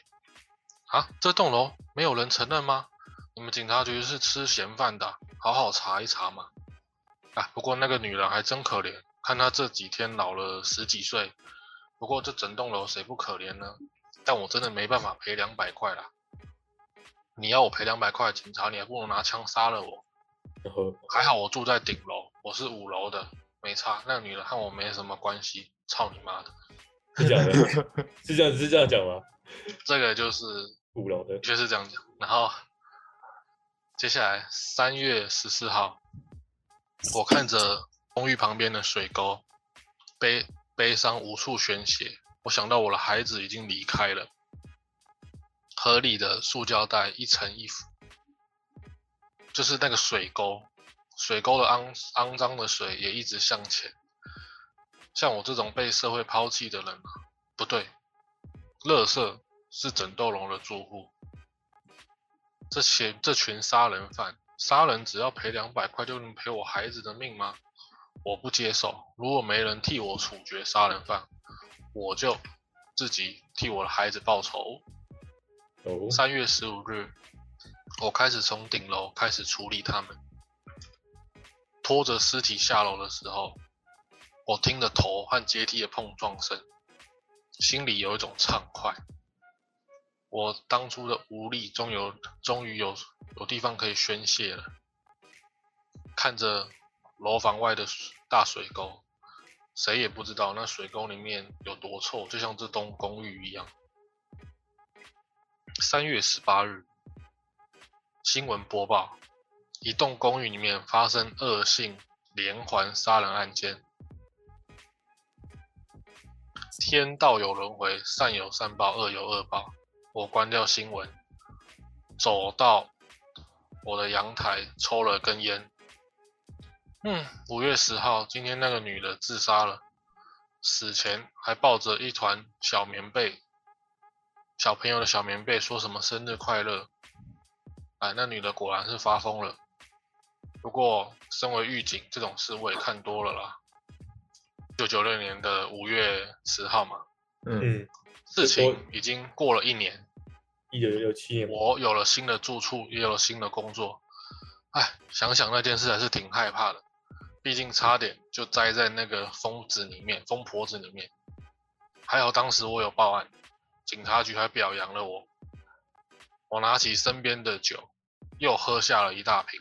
D: 啊，这栋楼没有人承认吗？你们警察局是吃闲饭的啊，好好查一查嘛。啊，不过那个女人还真可怜，看她这几天老了十几岁。不过这整栋楼谁不可怜呢？但我真的没办法赔两百块啦。你要我赔两百块，警察你还不如拿枪杀了我。
B: 然后
D: 还好我住在顶楼，我是五楼的，没差。那个女人和我没什么关系，操你妈的！
B: 是这样的，是这样是这样讲吗？
D: 这个就是
B: 五楼的
D: 的，确是这样讲。然后接下来三月十四号，我看着公寓旁边的水沟，悲悲伤无处宣泄。我想到我的孩子已经离开了，河里的塑胶袋一层一幅，就是那个水沟，水沟的肮肮脏的水也一直向前。像我这种被社会抛弃的人啊，不对，乐色是整栋楼的住户。这些这群杀人犯，杀人只要赔两百块就能赔我孩子的命吗？我不接受。如果没人替我处决杀人犯，我就自己替我的孩子报仇。
B: 哦，
D: 三月十五日，我开始从顶楼开始处理他们。拖着尸体下楼的时候，我听着头和阶梯的碰撞声，心里有一种畅快。我当初的无力，终有终于有有地方可以宣泄了。看着楼房外的水大水沟，谁也不知道那水沟里面有多臭，就像这栋公寓一样。三月十八日，新闻播报：一栋公寓里面发生恶性连环杀人案件。天道有轮回，善有善报，恶有恶报。我关掉新闻，走到我的阳台抽了根烟。嗯，五月十号，今天那个女的自杀了，死前还抱着一团小棉被小朋友的小棉被说什么生日快乐，哎，那女的果然是发疯了。不过，身为狱警，这种事我也看多了啦。九九六年的五月十号嘛，
A: 嗯，
B: 嗯，
D: 事情已经过了一年，
B: 一九六七年，
D: 我有了新的住处，也有了新的工作。哎，想想那件事还是挺害怕的，毕竟差点就栽在那个疯子里面、疯婆子里面。还好当时我有报案，警察局还表扬了我。我拿起身边的酒，又喝下了一大瓶。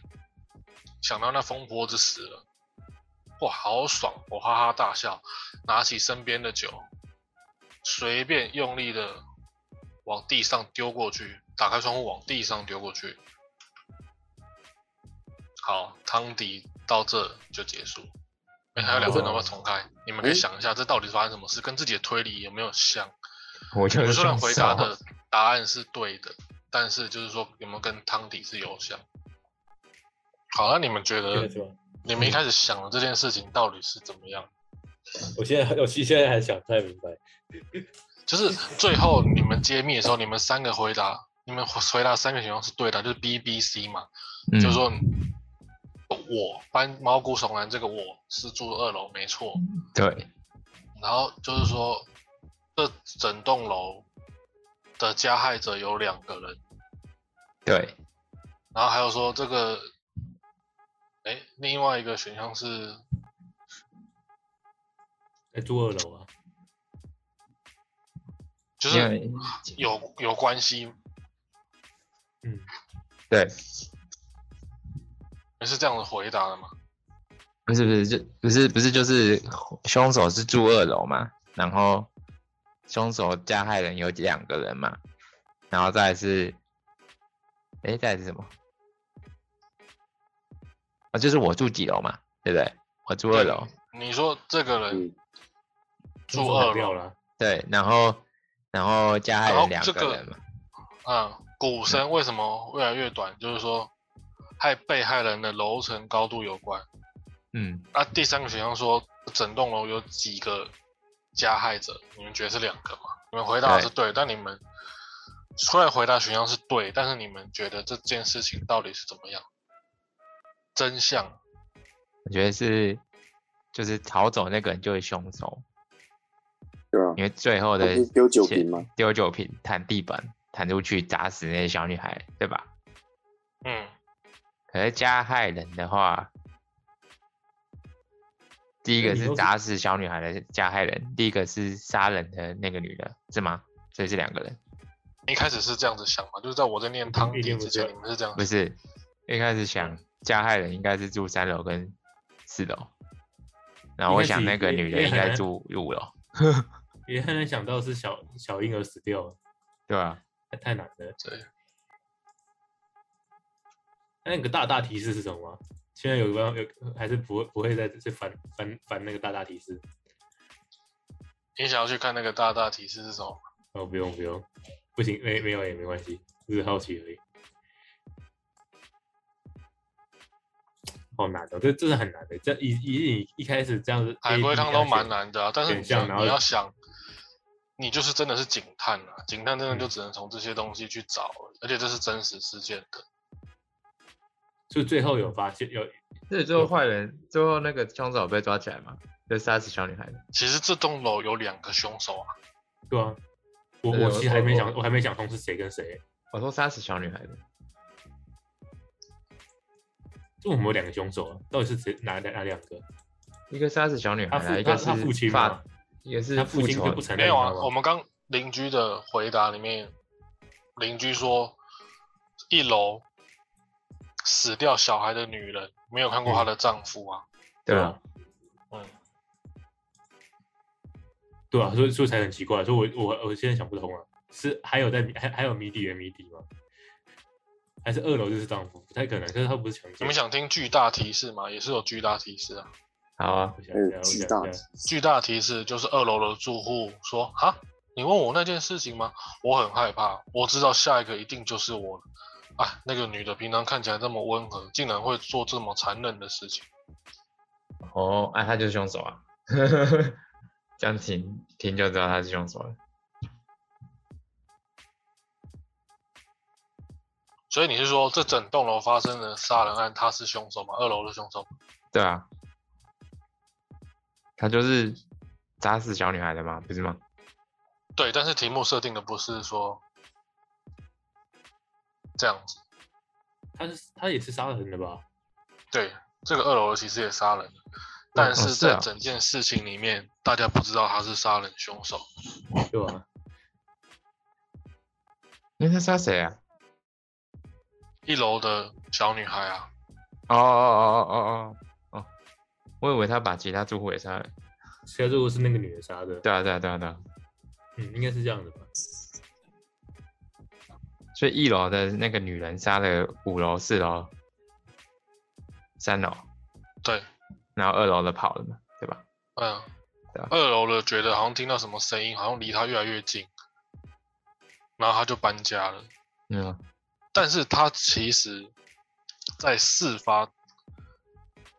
D: 想到那疯婆子死了，哇，好爽！我哈哈大笑，拿起身边的酒，随便用力的往地上丢过去，打开窗户往地上丢过去。好，汤迪到这就结束。哎、还有两分钟，要不要重开？你们可以想一下，这到底是发生什么事，跟自己的推理有没有像？
A: 我就
D: 我
A: 是
D: 虽然
A: 凶
D: 回答
A: 手
D: 的，答案是对的，但是就是说有没有跟汤底是有像？好，那你们觉
B: 这
D: 得
B: 个是吧？
D: 你们一开始想的这件事情到底是怎么样？
B: 我现在我其实现在还想不太明白，
D: 就是最后你们揭秘的时候，你们三个回答，你们回答三个选项是对的，就是 B、B、C 嘛，
A: 嗯
D: 就是说我搬毛骨悚然这个我是住二楼没错，
A: 对，
D: 然后就是说这整栋楼的加害者有两个人，
A: 对，
D: 然后还有说这个，哎，另外一个选项是
B: 在住二楼啊，
D: 就
A: 因
D: 是
A: 为
D: 有有关系，
B: 嗯
A: 对，
D: 是这样子回答的嘛？
A: 不是不是就不是不是就是凶手是住二楼嘛，然后凶手加害人有两个人嘛，然后再来是，诶，再来是什么？啊，就是我住几楼嘛，对不对？我住二楼，
D: 你说这个人
C: 嗯，
D: 住二
B: 掉
D: 楼，
B: 了，
A: 对，然后然后加害
D: 然后
A: 人两
D: 哦这个
A: 人嘛，
D: 嗯，鼓声为什么越来越短？就是说和被害人的楼层高度有关。
A: 嗯，
D: 那、第三个选项说整栋楼有几个加害者，你们觉得是两个吗？你们回答的是对，但你们出来回答选项是对，但是你们觉得这件事情到底是怎么样？真相
A: 我觉得是就是逃走那个人就是凶手，
C: 对啊，
A: 因为最后
C: 他
A: 的
C: 不是丢酒瓶吗？
A: 丢酒瓶弹地板弹出去砸死那些小女孩，对吧？
D: 嗯，
A: 可是加害人的话，第一
B: 那
A: 个
B: 你
A: 是
B: 都是
A: 砸死小女孩的加害人，第一个是杀人的那个女的，是吗？所以是两个人，
D: 你一开始是这样子想吗？就是在我在念汤
B: 一
D: 底
B: 定不
D: 之
B: 是
D: 前，你们是这样
A: 不是？一开始想加害人应该是住三楼跟四楼，然后我想那个女的应该住五楼，
B: 也很难想到是小小婴儿死掉了，
A: 对吧、啊？
B: 太太难了。
D: 对，
B: 那你个大大提示是什么啊？现在有关有还是不会不会再去翻翻翻那个大大提示？
D: 你想要去看那个大大提示是什么？
B: 哦，不用不用，不行，没没有也没关系，只是好奇而已。好难哦，这这是很难的。这以以你一开始这样子，
D: 海龟汤都蛮。难的啊，但是
B: 选项
D: 你要
B: 然后
D: 你要想，你就是真的是警探啊，警探真
B: 嗯
D: 的就只能从这些东西去找，而且这是真实事件的。
B: 就最后有发现有
A: 所以最后坏人，最后那个凶手被抓起来嘛，就杀死小女孩的。
D: 其实这栋楼有两个凶手啊，
B: 对啊，我
A: 对
B: 我其实还没想
A: 我，
B: 我还没想通是谁跟谁。
A: 我说杀死小女孩的，
B: 就我们有两个凶手啊，到底是谁哪哪哪两个？
A: 一个杀死小女
B: 他
A: 孩
B: 父
A: 的，一个
B: 他
A: 是
B: 他父亲
A: 发
B: 嘛，，
A: 一个是
B: 他父
A: 复
B: 亲
A: 仇
B: 就不承
D: 没
B: 认
D: 有
B: 他
D: 啊。
B: 吗
D: 我们刚邻居的回答里面，邻居说一楼死掉小孩的女人没有
B: 嗯
D: 看过她的丈夫啊，
A: 对吧、
B: 吧？嗯，对啊，所以所以才很奇怪，所以我我我现在想不通啊，是还有在还还有谜底的谜底吗？还是二楼就是丈夫？不太可能，可是他不是强奸。
D: 你们想听巨大提示吗？也是有巨大提示啊。
A: 好啊，
B: 我想
C: 还
B: 一
C: 有
B: 下，我
C: 巨
B: 想
C: 大
B: 一
C: 的
B: 下，
D: 巨大提示就是二楼的住户说：“啊，你问我那件事情吗？我很害怕，我知道下一个一定就是我了。啊，那个女的平常看起来这么温和，竟然会做这么残忍的事情。
A: 哦，啊，他就是凶手啊！ 这样听听就知道他是凶手了。
D: 所以你是说这整栋楼发生的杀人案，他是凶手吗？二楼的凶手？
A: 对啊，他就是砸死小女孩的嘛，不是吗？
D: 对，但是题目设定的不是说这样子。
B: 他是他也是杀人的吧？
D: 对，这个二楼的其实也杀人了，但
A: 哦
D: 是
A: 是
D: 在
A: 啊
D: 整件事情里面，大家不知道他是杀人凶手。”
B: 对吧？
A: 那他杀谁啊？
D: 一楼的小女孩啊，
A: 哦哦哦哦哦哦哦，我以为他把其他住户也杀了。
B: 其他如果是那个女的杀的，
A: 对啊对啊对啊对啊，
B: 嗯，应该是这样的吧？
A: 所以一楼的那个女人杀了五楼、四楼、三楼，
D: 对，
A: 然后二楼的跑了嘛，对吧？
D: 嗯
A: 对啊，
D: 二楼的觉得好像听到什么声音，好像离她越来越近，然后他就搬家了。
A: 嗯，
D: 但是他其实，在事发，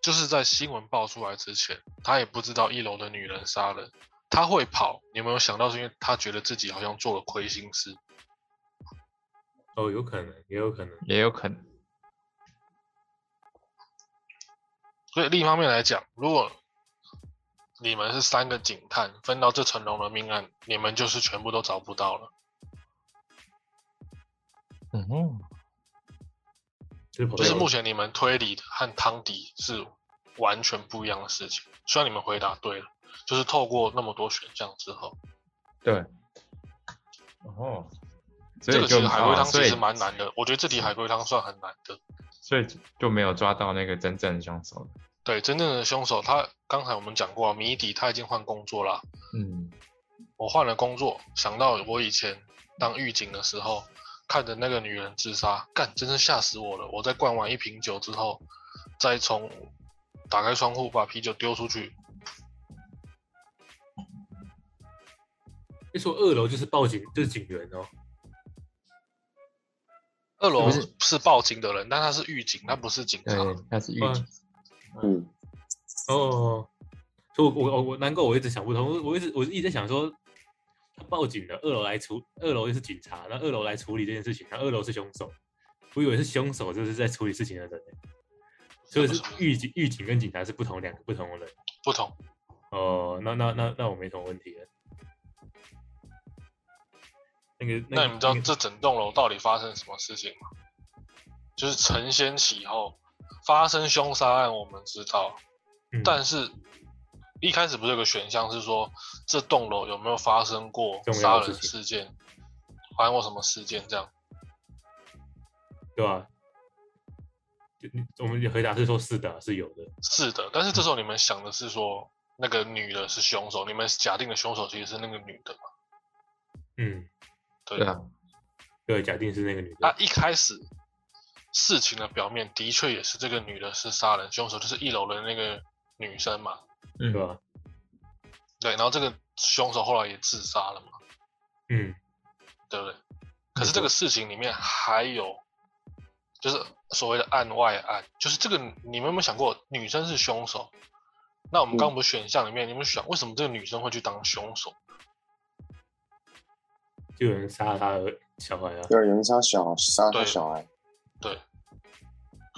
D: 就是在新闻爆出来之前，他也不知道一楼的女人杀人，他会跑。你有没有想到，是因为他觉得自己好像做了亏心事？
B: 哦，有可能，也有可能，
A: 也有可能。
D: 所以另一方面来讲，如果你们是三个警探分到这层楼的命案，你们就是全部都找不到了。
A: 嗯哼，
B: 就是跑
D: 就
B: 到
D: 是目前你们推理的和汤迪是完全不一样的事情。虽然你们回答对了，就是透过那么多选项之后，
A: 对。哦，所
D: 这
A: 以
D: 个其
A: 就
D: 实海龟
A: 哦
D: 汤
A: 所
D: 其
A: 以
D: 实蛮难的。我觉得这题海龟汤算很难的。
A: 所以就没有抓到那个真正的凶手。
D: 对，真正的凶手他刚才我们讲过，谜底他已经换工作啦。
A: 嗯，
D: 我换了工作，想到我以前当狱警的时候，看着那个女人自杀，干，真是吓死我了！我在灌完一瓶酒之后，再从打开窗户把啤酒丢出去，
B: 一说二楼就是报警，就是警员哦。
D: 二楼
A: 不是
D: 是报警的人，但他是狱警，他不是警察
A: 对。，那是预
B: 嗯
A: 警。
C: 嗯，
B: 哦哦，哦所以我我我难怪我一直想不通，我我一直我一直在想说，他报警了，二楼来处，二楼又是警察，那二楼来处理这件事情，那二楼是凶手，我以为是凶手就是在处理事情的人欸，所以是狱警狱警跟警察是不同两个不同的人。
D: 不同。
B: 哦，那那那那我没什么问题了。那个，
D: 那
B: 个
D: 你们知道
B: 那个
D: 这整栋楼到底发生什么事情吗？就是承先启后，发生凶杀案我们知道，
B: 嗯
D: 但是一开始不是有个选项是说这栋楼有没有发生过
B: 重
D: 杀
B: 要的
D: 人
B: 事情
D: 事件，发生过什么事件这样？
B: 嗯对吧、就你我们的回答是说是的，啊是有的。
D: 是的，但是这时候你们想的是说那个女的是凶手，你们假定的凶手其实是那个女的嘛？
B: 嗯，
D: 对
A: 对啊，
B: 对，假定是那个女
D: 那
B: 的。
D: 一开始事情的表面的确也是这个女的是杀人凶手，就是一楼的那个女生嘛。
A: 嗯
B: 对，吧？
D: 对，然后这个凶手后来也自杀了嘛，
B: 嗯，
D: 对不对？可是这个事情里面还有，就是所谓的案外案，就是这个你们有没有想过，女生是凶手？那我们刚刚不是选项里面，你们想为什么这个女生会去当凶手？
B: 就有人杀了他的小孩啊。
C: 要人杀小杀他
D: 对
C: 小孩，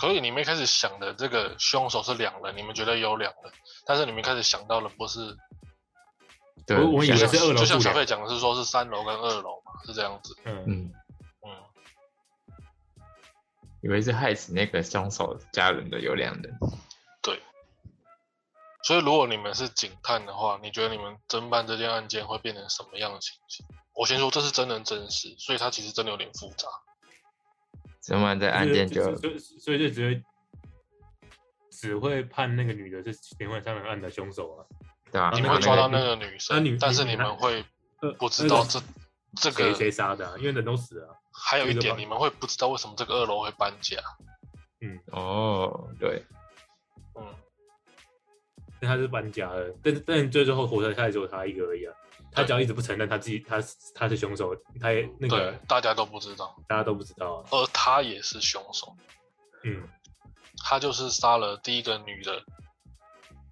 D: 所以你们一开始想的这个凶手是两人，你们觉得有两人，但是你们一开始想到的不是，
A: 对，
B: 我我以
D: 就
B: 为
D: 像
B: 是二楼
D: 就像
B: 住
D: 小
B: 两
D: 费讲的是说是三楼跟二楼嘛，是这样子，
B: 嗯，
A: 嗯，
D: 嗯。
A: 以为是害死那个凶手家人的有两人。
D: 所以，如果你们是警探的话，你觉得你们侦办这件案件会变成什么样的情形？我先说这是真人真事，所以它其实真的有点复杂。
A: 审完这案件就
B: 所以所以就只会只会判那个女的是连环杀人案的凶手啊。
A: 对吧？
D: 你
B: 那
D: 们
B: 个
D: 会抓到
B: 那
D: 那
B: 个
D: 个女生，
B: 那女
D: 但是
B: 女
D: 你们会
B: 呃
D: 不知道
B: 那个
D: 这这
B: 谁谁
D: 个，
B: 杀的啊？因为人都死了啊。
D: 还有一
B: 这个
D: 点
B: 吧
D: 你们会不知道为什么这个二楼会搬家。
A: 哦，对，
D: 嗯，
B: 但他是搬家了，但但最后活下来只有他一个而已啊。他只要一直不承认他自己他他是凶手，他也那
D: 对
B: 个，
D: 大家都不知道，
B: 大家都不知道啊。
D: 而他也是凶手，
B: 嗯，
D: 他就是杀了第一个女人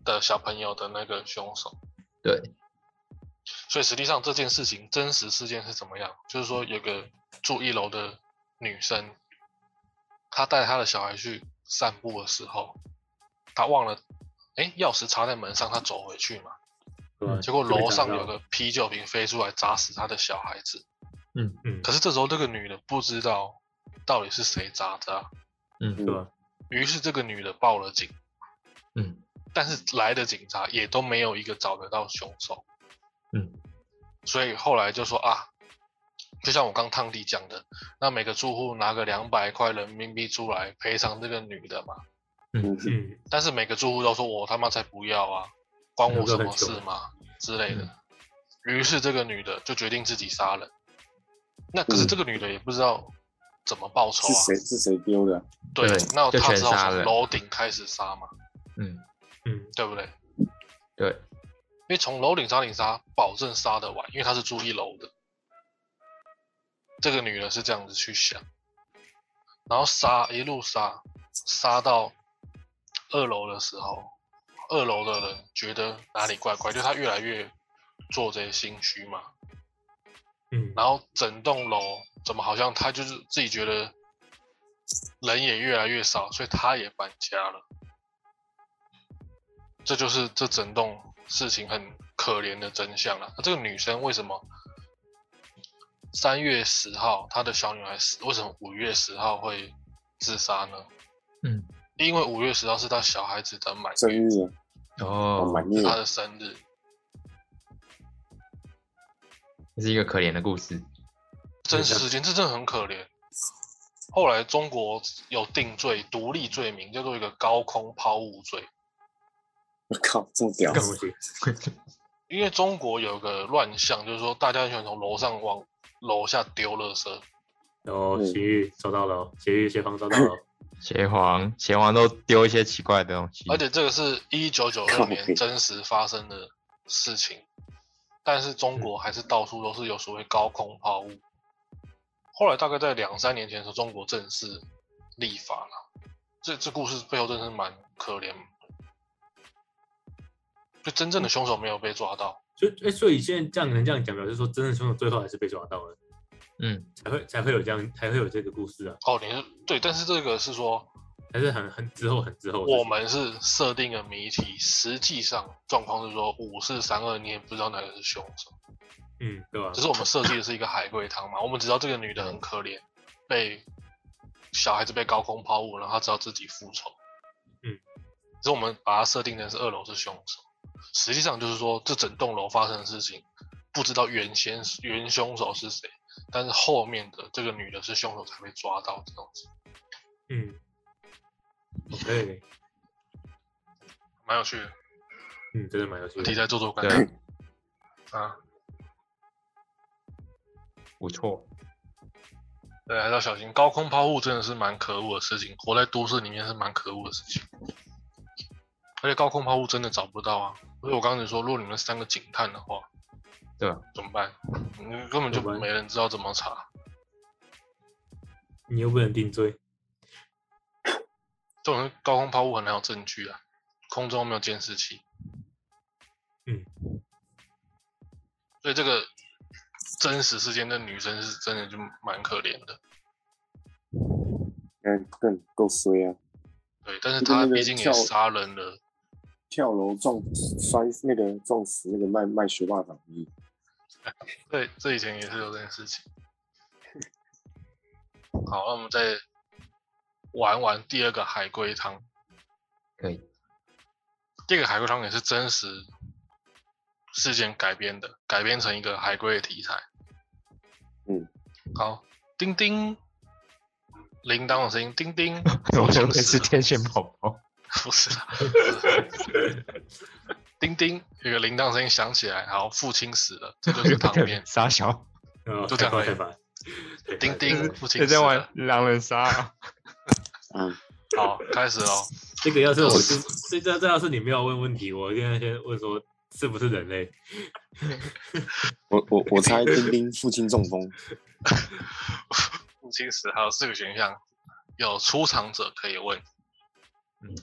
D: 的小朋友的那个凶手。
A: 对，
D: 所以实际上这件事情真实事件是怎么样？就是说有个住一楼的女生，她带她的小孩去散步的时候，她忘了，哎，钥匙插在门上，她走回去嘛，
B: 对吧
D: 结果
B: 就被
D: 楼
B: 砸
D: 上
B: 到
D: 有个啤酒瓶飞出来砸死她的小孩子。
B: 嗯，
D: 可是这时候这个女的不知道到底是谁砸的啊、
A: 嗯
B: 对吧？
D: 于是这个女的报了警，
A: 嗯
D: 但是来的警察也都没有一个找得到凶手。
A: 嗯
D: 所以后来就说啊，就像我刚汤迪讲的，那每个住户拿个两百块人民币出来赔偿这个女的嘛。
C: 嗯，
B: 嗯，
D: 但是每个住户都说我他妈才不要啊，关我什么事嘛之类的。
A: 嗯
D: 于是这个女的就决定自己杀人。那可是
C: 嗯
D: 这个女的也不知道怎么报仇
C: 是
D: 啊，
C: 谁是谁丢的？
D: 对
A: 对，
D: 那
A: 就
D: 她
A: 全
D: 只好
A: 杀
D: 从
A: 了
D: 楼顶开始杀嘛，
A: 嗯，
B: 嗯，
D: 对不对？
A: 对，
D: 因为从楼顶杀顶杀，保证杀得完，因为他是住一楼的。这个女的是这样子去想，然后杀一路杀，杀到二楼的时候，二楼的人觉得哪里怪怪，就他越来越做贼心虚嘛，
B: 嗯，
D: 然后整栋楼怎么好像他就是自己觉得人也越来越少，所以他也搬家了。这就是这整栋事情很可怜的真相了。那这个女生为什么三月十号她的小女孩死，为什么五月十号会自杀呢？
A: 嗯，
D: 因为五月十号是她小孩子的满
C: 生
D: 月，
C: 日啊，哦，
A: 哦，
C: 满月，
D: 她的生日。
A: 这是一个可怜的故事。
D: 真实事件，这真的很可怜。后来中国有定罪，独立罪名叫做一个高空抛物罪，
C: 我靠，这么屌啊
B: 干，不起，
D: 因为中国有个乱象，就是说大家很喜欢从楼上往楼下丢垃圾，
B: 然后
C: 嗯
B: 邪域找到了哦，邪域协防找到 了哦，
A: 邪皇，邪皇都丢一些奇怪的东西，
D: 而且这个是一九九
C: 靠
D: 二
C: 北
D: 年真实发生的事情，但是中国还是到处都是有所谓高空抛物。后来大概在两三年前的时候，中国正式立法了。这这故事背后真的是蛮可怜的，就真正的凶手没有被抓到，
B: 所以哎，所以现在这样能这样讲，表示说真正凶手最后还是被抓到了，
A: 嗯，
B: 才会才会有这样才会有这个故事啊，
D: 哦，你是对，但是这个是说
B: 还是很很之后很之后的事情，
D: 我们是设定了谜题，实际上状况是说五四三二，你也不知道哪个是凶手。
B: 嗯对吧？
D: 只是我们设计的是一个海龟汤嘛，我们只知道这个女的很可怜，被小孩子被高空抛物，然后她知道自己复仇。
B: 嗯，
D: 只是我们把它设定成是二楼是凶手，实际上就是说这整栋楼发生的事情，不知道原先原凶手是谁，但是后面的这个女的是凶手才被抓到这种事，
B: 嗯，OK，
D: 蛮有趣的，
B: 嗯，真的蛮有趣
D: 有题
B: 的，
D: 材做做看
A: 对，
D: 啊。
A: 不错，
D: 对，还是要小心。高空抛物真的是蛮可恶的事情，活在都市里面是蛮可恶的事情。而且高空抛物真的找不到啊！所以我刚才说，如果你们三个警探的话，
A: 对啊，
D: 怎么办？你根本就
B: 怎么办
D: 没人知道怎么查。
B: 你又不能定罪，
D: 这种高空抛物很难有证据啊，空中没有监视器。
B: 嗯，
D: 所以这个真实事件，那女生是真的就蛮可怜的。
C: 嗯，更够衰啊！
D: 对，但是
C: 就跟
D: 她
C: 那个
D: 毕竟也
C: 跳
D: 杀人了，
C: 跳楼撞摔那个撞死那个卖卖学霸党一，
D: 对，这以前也是有这件事情。好，那我们再玩玩第二个海龟汤。
A: 可以，，
D: 第二个海龟汤也是真实事件改编的，改编成一个海龟的题材。
C: 嗯，
D: 好，叮叮，铃铛的声音，叮叮
A: 我
D: 我
A: 觉
D: 想
A: 得
D: 死
A: 是
D: 了
A: 天线宝宝，。
D: 不是啦，叮叮，有个铃铛声音响起来，好，父亲死了，这就是汤面
A: 傻小，
B: 呃，
D: 就这样
B: 太啊
D: 而
B: 快
D: 已
B: 太快，太快
D: 叮
B: 太快
D: 叮，父亲
A: 这
D: 死
A: 在玩
D: 了，
A: 狼人杀 啊，
C: 啊，
D: 好，开始喽。
B: 这个要是我是这这这要是你没有问问题，我一定要先问说是不是人类，
C: 我我我猜丁丁父亲中风，
D: 父亲死还有四个选项，有出场者可以问，
A: 嗯，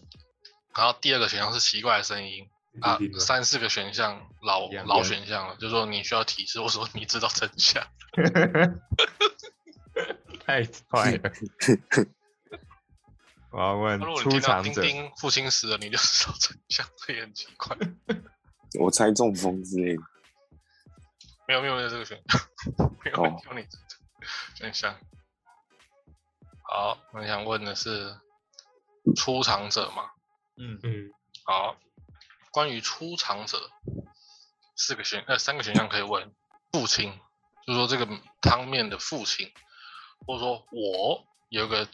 D: 然后第二个选项是奇怪的声音啊
B: 叮，叮
D: 三四个选项老
A: 一样一
D: 老
A: 样
D: 选项了，就是说你需要提示，我说你知道真相，
A: 太快了，我要问
D: 如果你
A: 嗯出
D: 听到
A: 场
D: 叮
A: 者，
D: 叮父亲死了，你就知道真相，这也很奇怪。
C: 我猜中风之类的，
D: 没有没有没有这个选项，没有
C: 哦
D: 没有你这个选项。好，我想问的是出场者嘛？
A: 嗯，
B: 嗯，
D: 好，关于出场者，四个选呃三个选项可以问父亲，就是说这个汤面的父亲，或者说我有个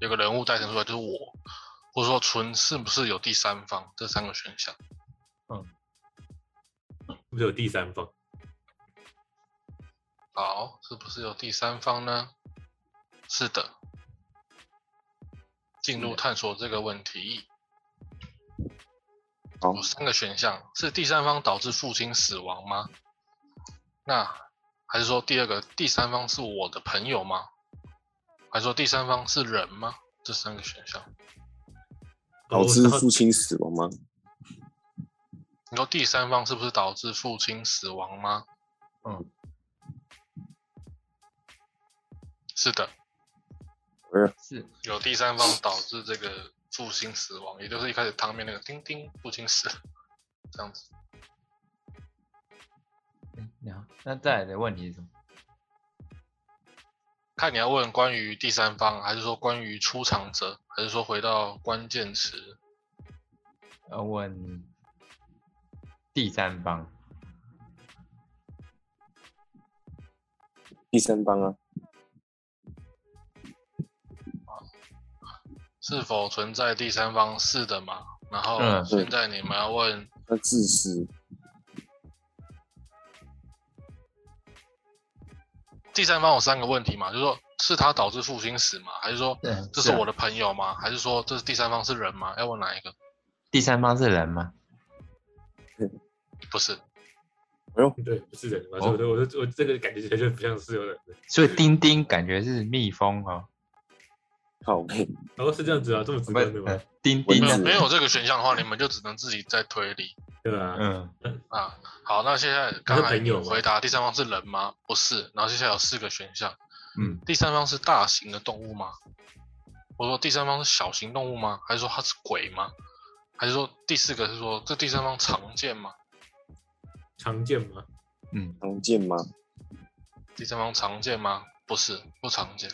D: 有个人物代称出来就是我，或者说纯是不是有第三方这三个选项，
B: 是不是有第三方？
D: 好，是不是有第三方呢？是的，进入探索这个问题。
C: 好
D: 有三个选项：是第三方导致父亲死亡吗？那还是说第二个第三方是我的朋友吗？还是说第三方是人吗？这三个选项，
C: 导致
B: 然后
C: 父亲死亡吗？
D: 你说第三方是不是导致父亲死亡吗？
A: 嗯，
D: 是的，
A: 是
D: 有第三方导致这个父亲死亡，也就是一开始汤面那个叮叮父亲死了这样子。
A: 嗯，然后那再来的问题是什么？
D: 看你要问关于第三方，还是说关于出场者，还是说回到关键词？
A: 要问第三方，
C: 第三方啊，
D: 是否存在第三方？是的嘛。然后
A: 嗯
D: 现在你们要问
C: 他自私，
D: 第三方有三个问题嘛，就是说是他导致父亲死吗？还是说
A: 对，
D: 这是
A: 啊
D: 我的朋友吗？还是说这是第三方是人吗？要问哪一个？
A: 第三方是人吗？
D: 不是，
B: 对，不是人嘛，所以我
C: 哦
B: 就我就我这个感觉起来就不像是有人的。
A: 所以丁丁感觉是蜜蜂哦，
C: 靠背，
B: 然后是这样子啊，这么直
A: 不
B: 观
A: 是
B: 的吗
A: 呃？丁
C: 蚊
A: 丁
D: 没有
C: 子
A: 呢？
D: 没有这个选项的话，你们就只能自己再推理
B: 对啊，
A: 嗯，
D: 啊。好，那现在刚才
B: 朋友
D: 你
B: 吗
D: 回答第三方是人吗？不是，然后接下来有四个选项，
A: 嗯，
D: 第三方是大型的动物吗？我说第三方是小型动物吗？还是说它是鬼吗？还是说第四个是说这第三方常见吗？
B: 常见吗？
A: 嗯
C: 常见吗？
D: 第三方常见吗？不是，不常见。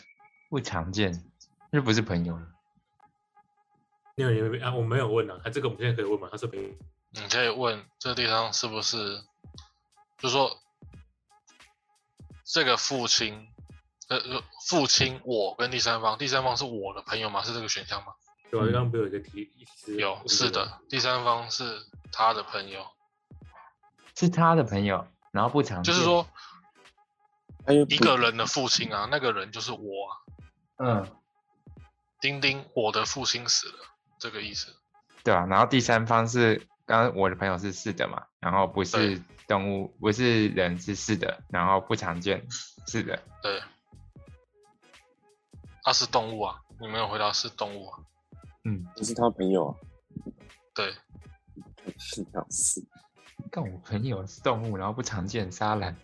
A: 不常见，那不是朋友了。
B: 那个人啊，我没有问啊，啊，这个我们现在可以问吗？他是朋友，
D: 你可以问这地方是不是，就说这个父亲，呃，呃父亲我跟第三方，第三方是我的朋友吗？是这个选项吗？
B: 对吧、
A: 嗯
B: 刚刚不是有一个提，提示
D: 有，是的，第三方是他的朋友，
A: 是他的朋友，然后不常
D: 就
A: 见，
D: 是，说
C: 他又不
D: 一个人的父亲啊，那个人就是我啊，
A: 嗯，
D: 丁丁，我的父亲死了，这个意思。
A: 对啊，然后第三方是刚刚我的朋友是是的嘛，然后不是
D: 对
A: 动物，不是人是是的，然后不常见，是的，
D: 对，他、是动物啊，你没有回答是动物啊，
A: 嗯，
C: 不是他朋友啊，
D: 对，
C: 是老师，
A: 但我朋友是动物，然后不常见，沙兰，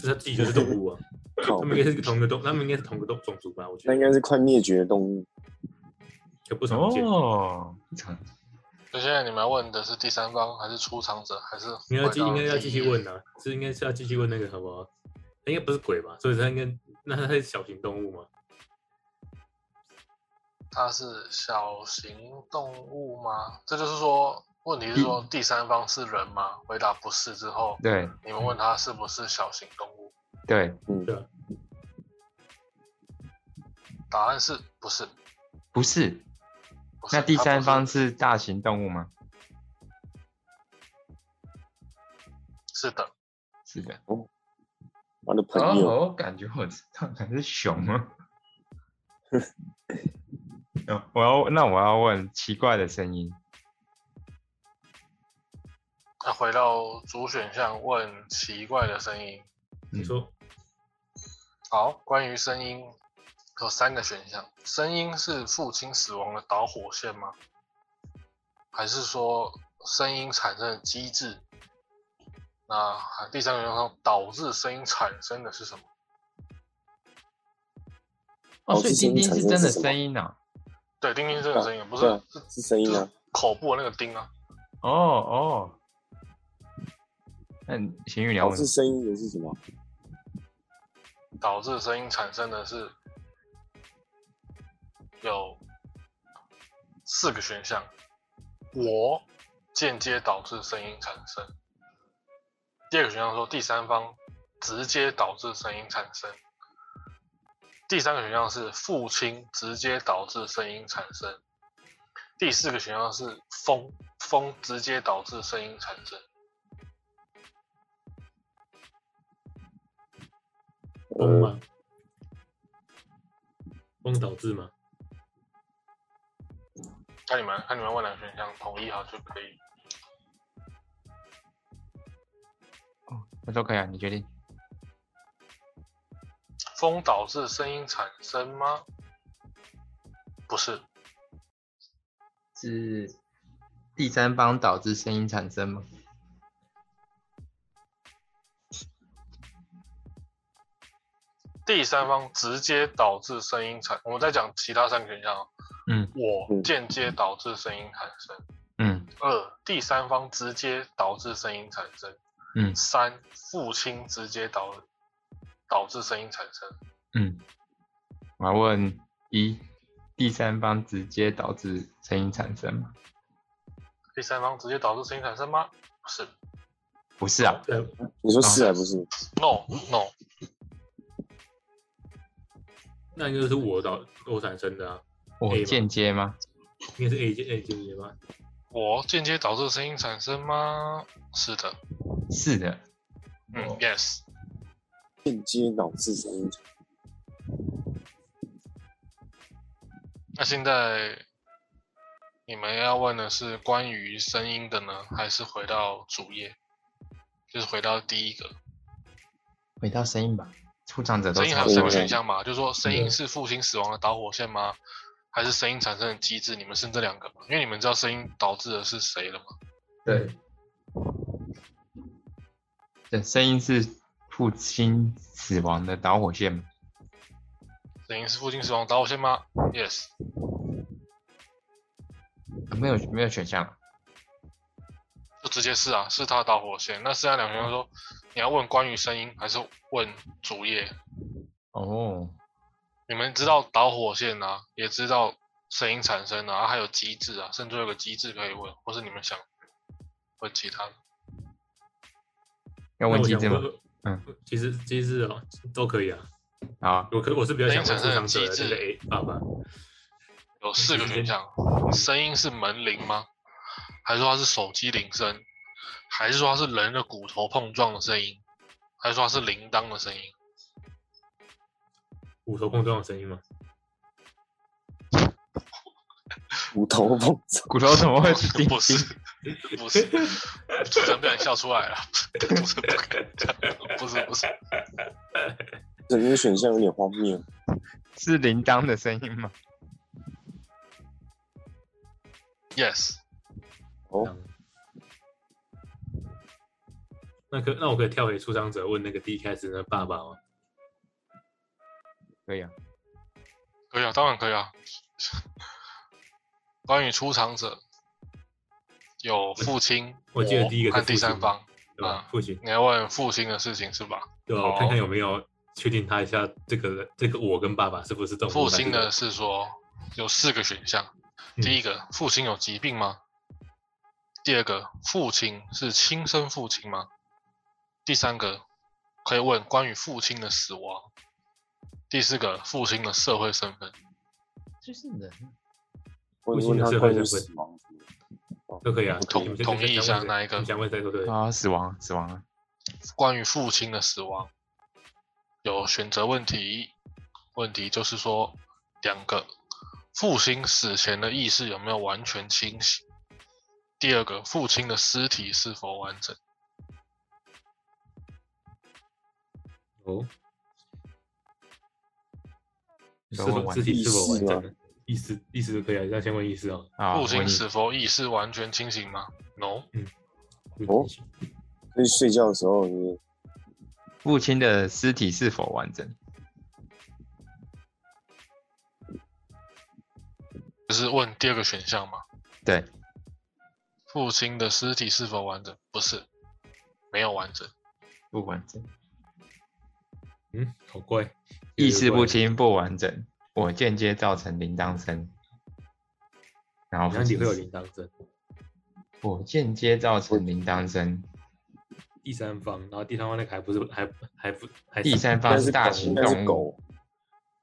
B: 是他自己就是动物啊，
C: 靠
B: 他们应
C: 背，
B: 该是同一个动，他们应该是同一个动种族吧？我觉
C: 那
B: 得
C: 应该是快灭绝的动物，
B: 就不常见，
A: 哦，不常
D: 所以现在你们要问的是第三方，还是出场者，还是
B: 你要
D: 回
B: 继
D: 到
B: 应该要
D: 第
B: 继
D: 一
B: 续
D: 页
B: 问啊，是应该是要继续问那个什么，他应该不是鬼吧？所以他应该那他是小型动物吗？
D: 它是小型动物吗？这就是说，问题
B: 嗯
D: 是说第三方是人吗？回答不是之后，
A: 对
D: 你们问他是不是小型动物，
A: 对，
D: 答案是不是？
A: 不是，
D: 不是
A: 那第
D: 它不
A: 三
D: 是
A: 方是大型动物吗？
D: 是的，
A: 是的，
C: 他的朋友，
A: 哦，我感觉我知道，还是熊 吗？哦我要那我要问奇怪的声音，
D: 那回到主选项问奇怪的声音。
A: 嗯
B: 你说
D: 好，关于声音有三个选项，声音是父亲死亡的导火线吗？还是说声音产生的机制？那还第三个选项导致声音产生的是什么？
A: 哦，
C: 哦
A: 所以
C: 是声
A: 丁
C: 音
A: 丁
C: 产
A: 是
C: 生
A: 真
C: 是
A: 的
C: 什么
A: 声音啊呢、
D: 对，叮叮这个声音不是
C: 对啊
D: 是
C: 是声音啊，
D: 口部的那个叮啊，
A: 哦哦，那你邢玉你要
C: 导
A: 问
C: 致声音的是什么？
D: 导致声音产生的是有四个选项，我间接导致声音产生。第二个选项说第三方直接导致声音产生。第三个选项是父亲直接导致声音产生。第四个选项是风，风直接导致声音产
B: 风
D: 生。
C: 呃，
B: 吗？风导致吗？
D: 看你们，看你们问哪个选项，统一好就可以。
A: 那都可以啊，你决定。
D: 风导致声音产生吗？不是，
A: 是第三方导致声音产生吗？
D: 第三方直接导致声音产。我们再讲其他三个选项哦。
A: 嗯
D: 我
C: 嗯
D: 间接导致声音产生。
A: 嗯
D: 二，第三方直接导致声音产生。
A: 嗯
D: 三，父亲直接导导致声音产生。
A: 嗯，我要问一，第三方直接导致声音产生吗？
D: 第三方直接导致声音产生吗？不是
A: 不是啊，
B: 对，
C: 你说是还不是？
D: ，no no，
B: 那应该是我导我产生的啊，
A: 我
B: A 吧
A: 间接吗？
B: 应该是 A 接 A 接接吧？
D: 我间接导致声音产生吗？是的，
A: 是的，
D: 嗯、
B: 哦
D: y e s
C: 间接导致声音产
D: 那现在你们要问的是关于声音的呢，还是回到主页？就是回到第一个
A: 回到声音吧，出场者都
D: 声音
A: 差
D: 还有
A: 不
D: 三
A: 多
D: 个
C: 声音
D: 选项嘛？就是说声音
B: 对
D: 是父亲死亡的导火线吗？还是声音产生的机制？你们是这两个吗？因为你们知道声音导致的是谁了嘛？
A: 对，对，声音是父亲死亡的导火线吗？
D: 声音是父亲死亡的导火线吗？Yes，
A: 啊没有没有选项啊，
D: 就直接是啊，是他的导火线。那剩下两个人说，你要问关于声音还是问主页？
A: 哦，
D: 你们知道导火线啊，也知道声音产生啊，还有机制啊，甚至有个机制可以问，或是你们想问其他的。
A: 要问机制吗？？嗯
B: 嗯，其实机制哦都可以啊。
A: 好啊，
B: 我可我是比较想问
D: 声
B: 出
D: 音
B: 场者
D: 产生的
B: 的
D: 机
B: 这
D: 制
B: 个 A 爸爸，
D: 有四个选项：声音是门铃吗？还是说它是手机铃声？还是说它是人的骨头碰撞的声音？还是说它是铃铛的声音？
B: 骨头碰撞的声音吗？
C: 骨头碰撞，
A: 骨头怎么会钉
D: 不是
A: 钉？，
D: 不是，主持人不小心笑出来了，不是，不敢讲不是，不是，
C: 整个选项有点荒谬。
A: 是铃铛的声音吗？
D: ，yes，
C: 哦，
B: 那可那我可以跳回出场者问那个第一开始的爸爸吗？
A: 可以啊，
D: 可以啊，当然可以啊。 关于出场者，有父亲、
B: 我记得
D: 我
B: 第一个是
D: 和
B: 父
D: 第
B: 亲
D: 三方，
B: 对吧？
D: 嗯
B: 父亲，
D: 你要问父亲的事情是吧？
B: 对吧？
D: 好
B: 我看看有没有确定他一下这个人这个我跟爸爸是不是这种
D: 父亲的是说有四个选项，
B: 嗯
D: 第一个，父亲有疾病吗？第二个，父亲是亲生父亲吗？第三个，可以问关于父亲的死亡。第四个，父亲的社会身份。
A: 就是人，
C: 我
B: 父亲
C: 问
B: 的
C: 他
B: 社会
C: 关于
B: 身份
C: 死亡什么的
B: 都可以啊。
D: 同
B: 你们先
D: 同意一下
B: 你们先
D: 哪一个
B: 你想问谁都对。
A: 啊，死亡啊死亡啊，
D: 关于父亲的死亡，有选择问题。问题就是说，两个，父亲死前的意识有没有完全清醒？第二个，父亲的尸体是否完整？
B: 哦，是
A: 有问
B: 否
A: 完
B: 肢体是否
C: 意
B: 完
C: 思吗
B: 整呢？啊意思意思就可以啊，那先问意思哦。
A: 啊，
D: 父
A: 我
D: 亲
A: 已
D: 是否意识完全清醒吗？No，
B: 嗯
C: 哦所以睡觉的时候你
A: 父亲的尸体是否完整？
D: 就是问第二个选项嘛。
A: 对，
D: 父亲的尸体是否完整？不是，没有完整。
A: 不完整，
B: 嗯，好怪，
A: 意识不
B: 怪
A: 清不完整，我间接造成铃铛声，然后
B: 好
A: 父
B: 像你
A: 亲
B: 会有
A: 死
B: 铃铛声。
A: 我间接造成铃铛声，
B: 第三方，然后第三方那个还不是还还不还
A: 第三
C: 应
A: 方
C: 该是
A: 大
C: 狗
A: 型
C: 应该是
A: 动
C: 狗
A: 物，，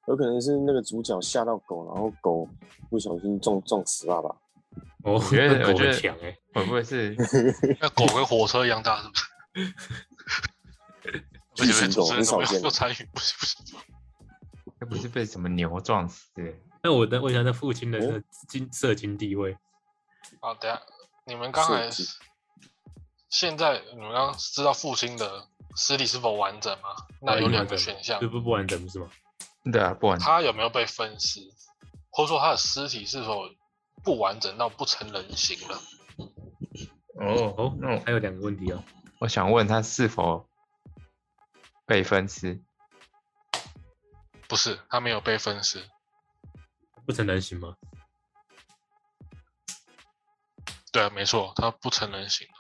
C: 有可能是那个主角吓到狗，然后狗不小心撞撞死爸爸。
B: 哦，
A: 我觉得
B: 那
A: 我
B: 狗
A: 觉
B: 很
A: 得
B: 强哎，
A: 会不会是
D: 那狗跟火车一样大，是不是？ 不
C: 巨
D: 行，
C: 型
D: 主
C: 狗很
D: 持人都
C: 少
D: 没有
C: 见
D: 做，参与，不行不行。
A: 那不是被什么牛撞死的？
B: 那我再问一下，那父亲的
C: 哦
B: 那经社经地位，
D: 好，等一下，你们刚才
C: 设计
D: 现在你们刚刚知道父亲的尸体是否完整嘛？那
B: 对
D: 有
B: 不
D: 两
B: 完
D: 个
B: 整
D: 选项
B: 就，不不完整不是吗？
A: 对啊，不然
D: 他有没有被分尸，或者说他的尸体是否不完整到不成人形了？
B: 哦哦，
A: 那我
B: 还有两个问题哦，
A: 我想问他是否被分尸？
D: 不是，他没有被分尸，
B: 不成人形吗？
D: 对啊，没错，他不成人形了。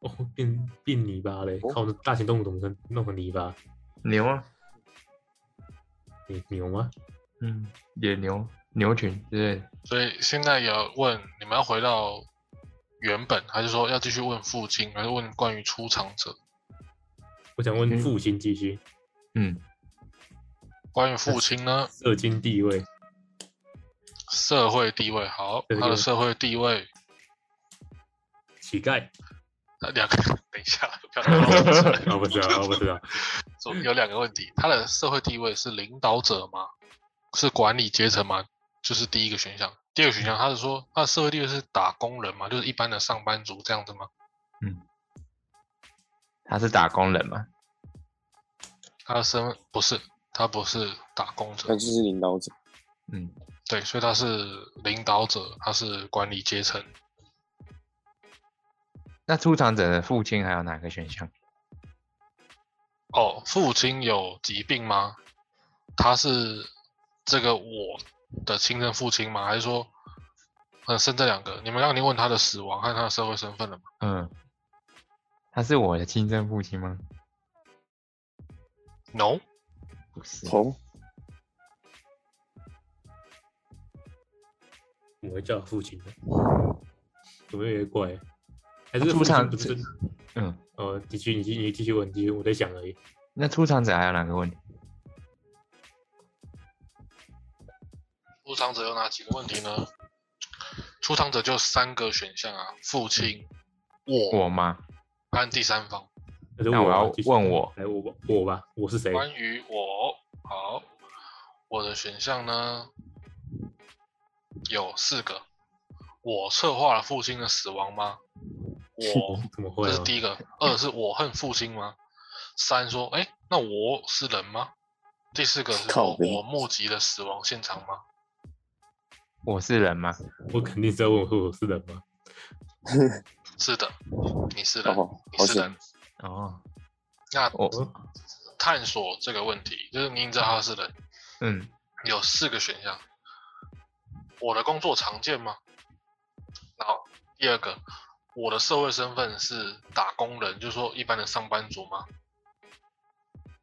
B: 哦，变变泥巴嘞！
C: 哦
B: 靠，那大型动物怎么能弄成泥巴？
A: 牛啊，
B: 你牛吗？
A: 嗯，野牛、牛群之类的。
D: 所以现在也要问你们要回到原本，还是说要继续问附近，还是问关于出场者？
B: 我想问
A: 嗯
B: 父亲继续，
A: 嗯，
D: 关于父亲呢？
B: 社经地位，
D: 社会地位好，
B: 对
D: 他的
B: 对
D: 社会地位，
B: 乞丐，
D: 呃两个， 等一下，不要打扰我
B: 我啊不知道，我不知道，
D: 说有两个问题，他的社会地位是领导者吗？是管理阶层吗？就是第一个选项。第二个选项，他是说他的社会地位是打工人吗？就是一般的上班族这样子吗？
A: 他是打工人嘛？
D: 他的身份不是，他不是打工
C: 他
D: 者，
C: 就是领导者，
A: 嗯，
D: 对，所以他是领导者，他是管理阶层。
A: 那出场者的父亲还有哪个选项？
D: 哦，父亲有疾病吗？他是这个我的亲生父亲吗？还是说，嗯，剩这两个？你们刚刚已经问他的死亡和他的社会身份了吗？
A: 嗯，他是我的亲生父亲吗？
D: No，
A: 不是，
C: 哦，
B: 我会叫父亲的，怎么有点怪？还是
A: 出
B: 父亲
A: 场
B: 不是
A: 者？嗯，
B: 哦，继续，你继续，你继续问，继续，我在想而已。
A: 那出场者还有哪个问题？
D: 出场者有哪几个问题呢？出场者就三个选项啊，父亲、我
A: 我吗？
D: 和第三方。
B: 那就
A: 那我
B: 吧
A: 要
B: 啊继续
A: 问我
B: 来我吧，我吧，我是谁？
D: 关于我，好，我的选项呢有四个。我策划了父亲的死亡吗？我
B: 怎么会
D: 这
B: 啊
D: 是？第一个。二是我恨父亲吗？三说，哎，那我是人吗？第四个是
C: 靠
D: 我
C: 背
D: 我目击了死亡现场吗？
A: 我是人吗？
B: 我肯定是要问我我是人吗？
D: 是的，你是人，
C: 哦，
D: 你
C: 好
D: 是人
C: 险，。
A: 哦，
D: 那
A: 我
D: 探索这个问题，就是你已经知道他是人，
A: 嗯，
D: 有四个选项。我的工作常见吗？然后第二个，我的社会身份是打工人，就是说一般的上班族吗？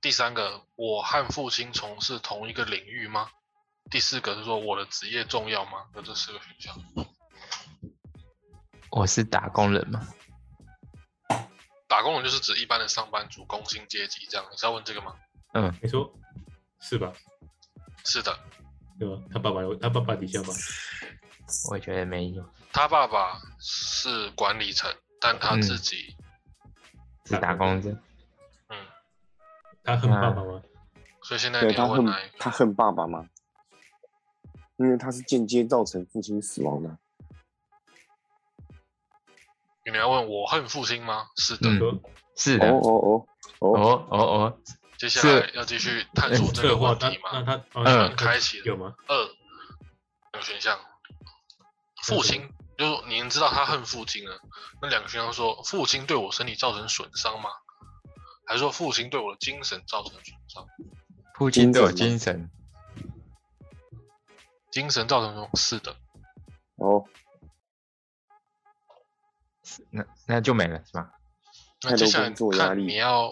D: 第三个，我和父亲从事同一个领域吗？第四个是说我的职业重要吗？有这四个选项，
A: 我是打工人吗？
D: 打工人就是指一般的上班族、工薪阶级这样。你是要问这个吗？
A: 嗯，
B: 你说是吧？
D: 是的，
B: 对吧？他爸爸有，他爸爸底下吧？
A: 我觉得没有，
D: 他爸爸是管理层，但他
A: 嗯
D: 自己嗯
A: 是打工者。
B: 他恨爸爸吗？
D: 所以现在
C: 对
D: 你要
C: 他
D: 问
C: 恨
D: 哪一个？
C: 他恨爸爸吗？因为他是间接造成父亲死亡的，
D: 你们要问我恨父亲吗？是的。
A: 嗯
B: 说
A: 是的，
C: 哦
A: 哦
C: 哦哦哦，
A: 哦哦，
D: 接下来要继续探索这
B: 策
D: 个
B: 划
D: 问
B: 他
D: 题，
B: 哎那
D: 嘛？
B: 他哦
A: 嗯
B: 那
D: 开启
B: 有吗？
D: 二两个选项，父亲就是您知道他恨父亲了，那两个选项说父亲对我身体造成损伤吗？还是说父亲对我的精神造成损伤？
A: 父亲都有精
C: 精
A: 神，哦
D: 精神造成损伤是的，
C: 哦，
A: 那那就没了是吧？
D: 那接下来
C: 太多工作压
D: 看
C: 力
D: 你要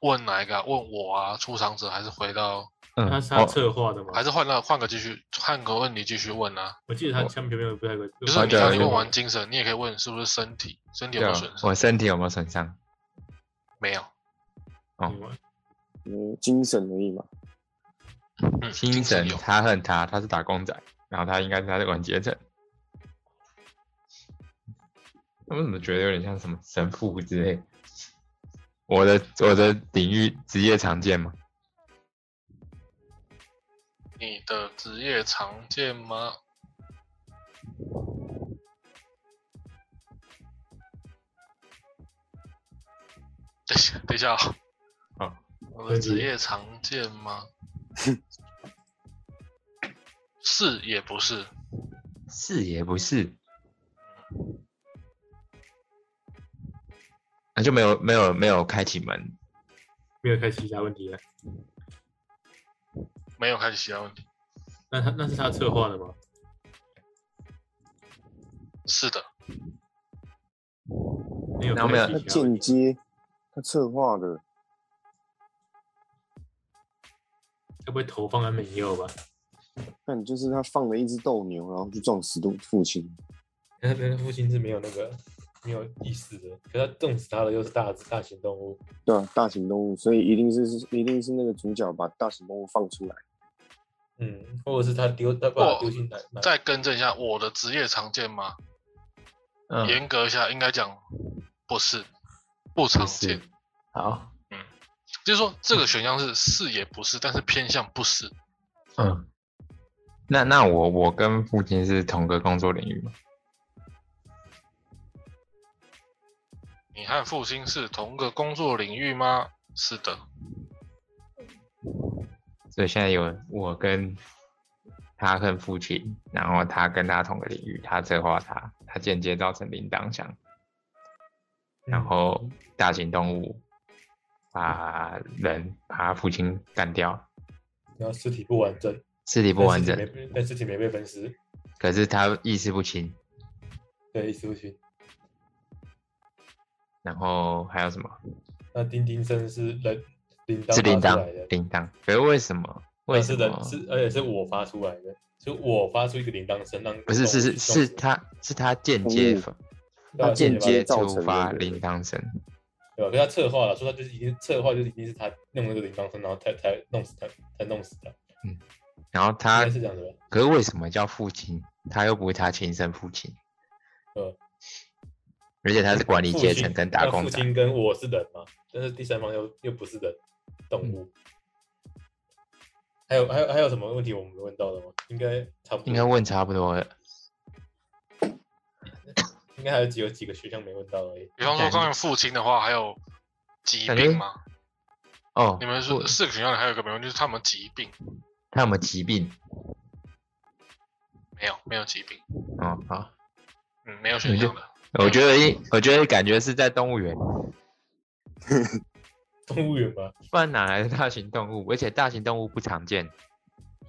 D: 问哪一个啊、问我啊，出场者还是回到，
A: 嗯，
B: 他是他
A: 哦
B: 策划的吗？
D: 还是换到换个继续换个问题继续问啊？
B: 我记得他下面有没有不太会，就
D: 就是你
A: 对
D: 刚
A: 啊
D: 才
A: 有
D: 问完精神，你也可以问是不是身体，身体有
A: 对
D: 没有
A: 啊
D: 损伤？
A: 我身体有没有损伤？
D: 没有，哦
C: 嗯，精神而已嘛，
D: 嗯，
A: 精神
D: 有。
A: 他恨他，他是打工仔，然后他应该是他的管阶层。我怎么觉得有点像什么神父之类？我的我的领域职业常见吗？
D: 你的职业常见吗？等一下，等一下哦。
A: 好
D: 我
B: 可
D: 的
B: 以
D: 职业常见吗？ 是也不是，
A: 是也不是，那就没有没有没有开启门。
B: 没有开启其他问题了。
D: 没有开始其他问题。
B: 那他那是他策划的吗？
D: 是的，
B: 没有
A: 然后没有
B: 开
C: 他
B: 启其他问
C: 间
B: 题
C: 接，他策划的，
B: 该不会投放安眠药吧？
C: 但就是他放了一只斗牛，然后就撞死父父亲。
B: 那那父亲是没有那个没有意识的，可他冻死他的又是大大型动物，
C: 对啊，大型动物，所以一定是是一定是那个主角把大型动物放出来。
B: 嗯，或者是他丢他把
D: 哦
B: 他丢进哪哪？
D: 再更正一下，我的职业常见吗？
A: 嗯，
D: 严格一下，应该讲不是，不常
A: 不是
D: 见。。
A: 好，
D: 就是说，这个选项是是也不是，但是偏向不是。
A: 嗯，那那我我跟父亲是同个工作领域吗？
D: 你和复兴是同个工作领域吗？是的，
A: 所以现在有我跟他跟父亲，然后他跟他同个领域，他策划他，他间接造成铃铛响，
B: 嗯
A: 然后大型动物把人把他父亲干掉，
B: 然后尸体不完整，
A: 尸体不完整
B: 但，尸体没但尸体没被分尸，
A: 可是他意识不清。
B: 对，意识不清。
A: 然后还有什么？
B: 那叮叮声是人铃铛
A: 是铃
B: 发
A: 铛
B: 出来的，，
A: 铃铛。可是为什么？为
B: 那
A: 什
B: 啊是
A: 么
B: 人？是而且是我发出来的，就我发出一个铃铛声，让
A: 不是是是是他是他间接
C: 嗯
A: 发
B: 呃
C: 他间接造
A: 触
C: 成
A: 发
C: 的
A: 铃铛声。
B: 对吧？可是他策划了，说他就是已经策划，就是一定是他弄那个铃铛声，然后才才弄死他，才弄死他，
A: 然后他
B: 应该是这样子吧？
A: 可是为什么叫父亲？他又不是他亲生父亲，
B: 呃，
A: 而且他是管理
B: 父
A: 阶
B: 亲
A: 层跟打
B: 那
A: 工
B: 父
A: 仔。
B: 亲跟我是人嘛，但是第三方又又不是人，
C: 嗯
B: 动物。还有还有还有什么问题我们没问到的吗？应该差不多，
A: 应该问差不多了。
B: 应该还有几有几个选项没问到而已。
D: 比方说刚才父亲的话，还有疾
A: 感
D: 病
A: 觉
D: 吗？
A: 哦
D: 你，们
A: 我
D: 说四个选项里还有一个没问，就是他们疾病
A: 他有没有疾病？
D: 没有，没有疾病，
A: 哦，好，
D: 嗯，没有选
A: 你就
D: 项的。
A: 我觉得应，我觉得感觉是在动物园，
B: 动物园吗？
A: 不然哪来的大型动物？而且大型动物不常见。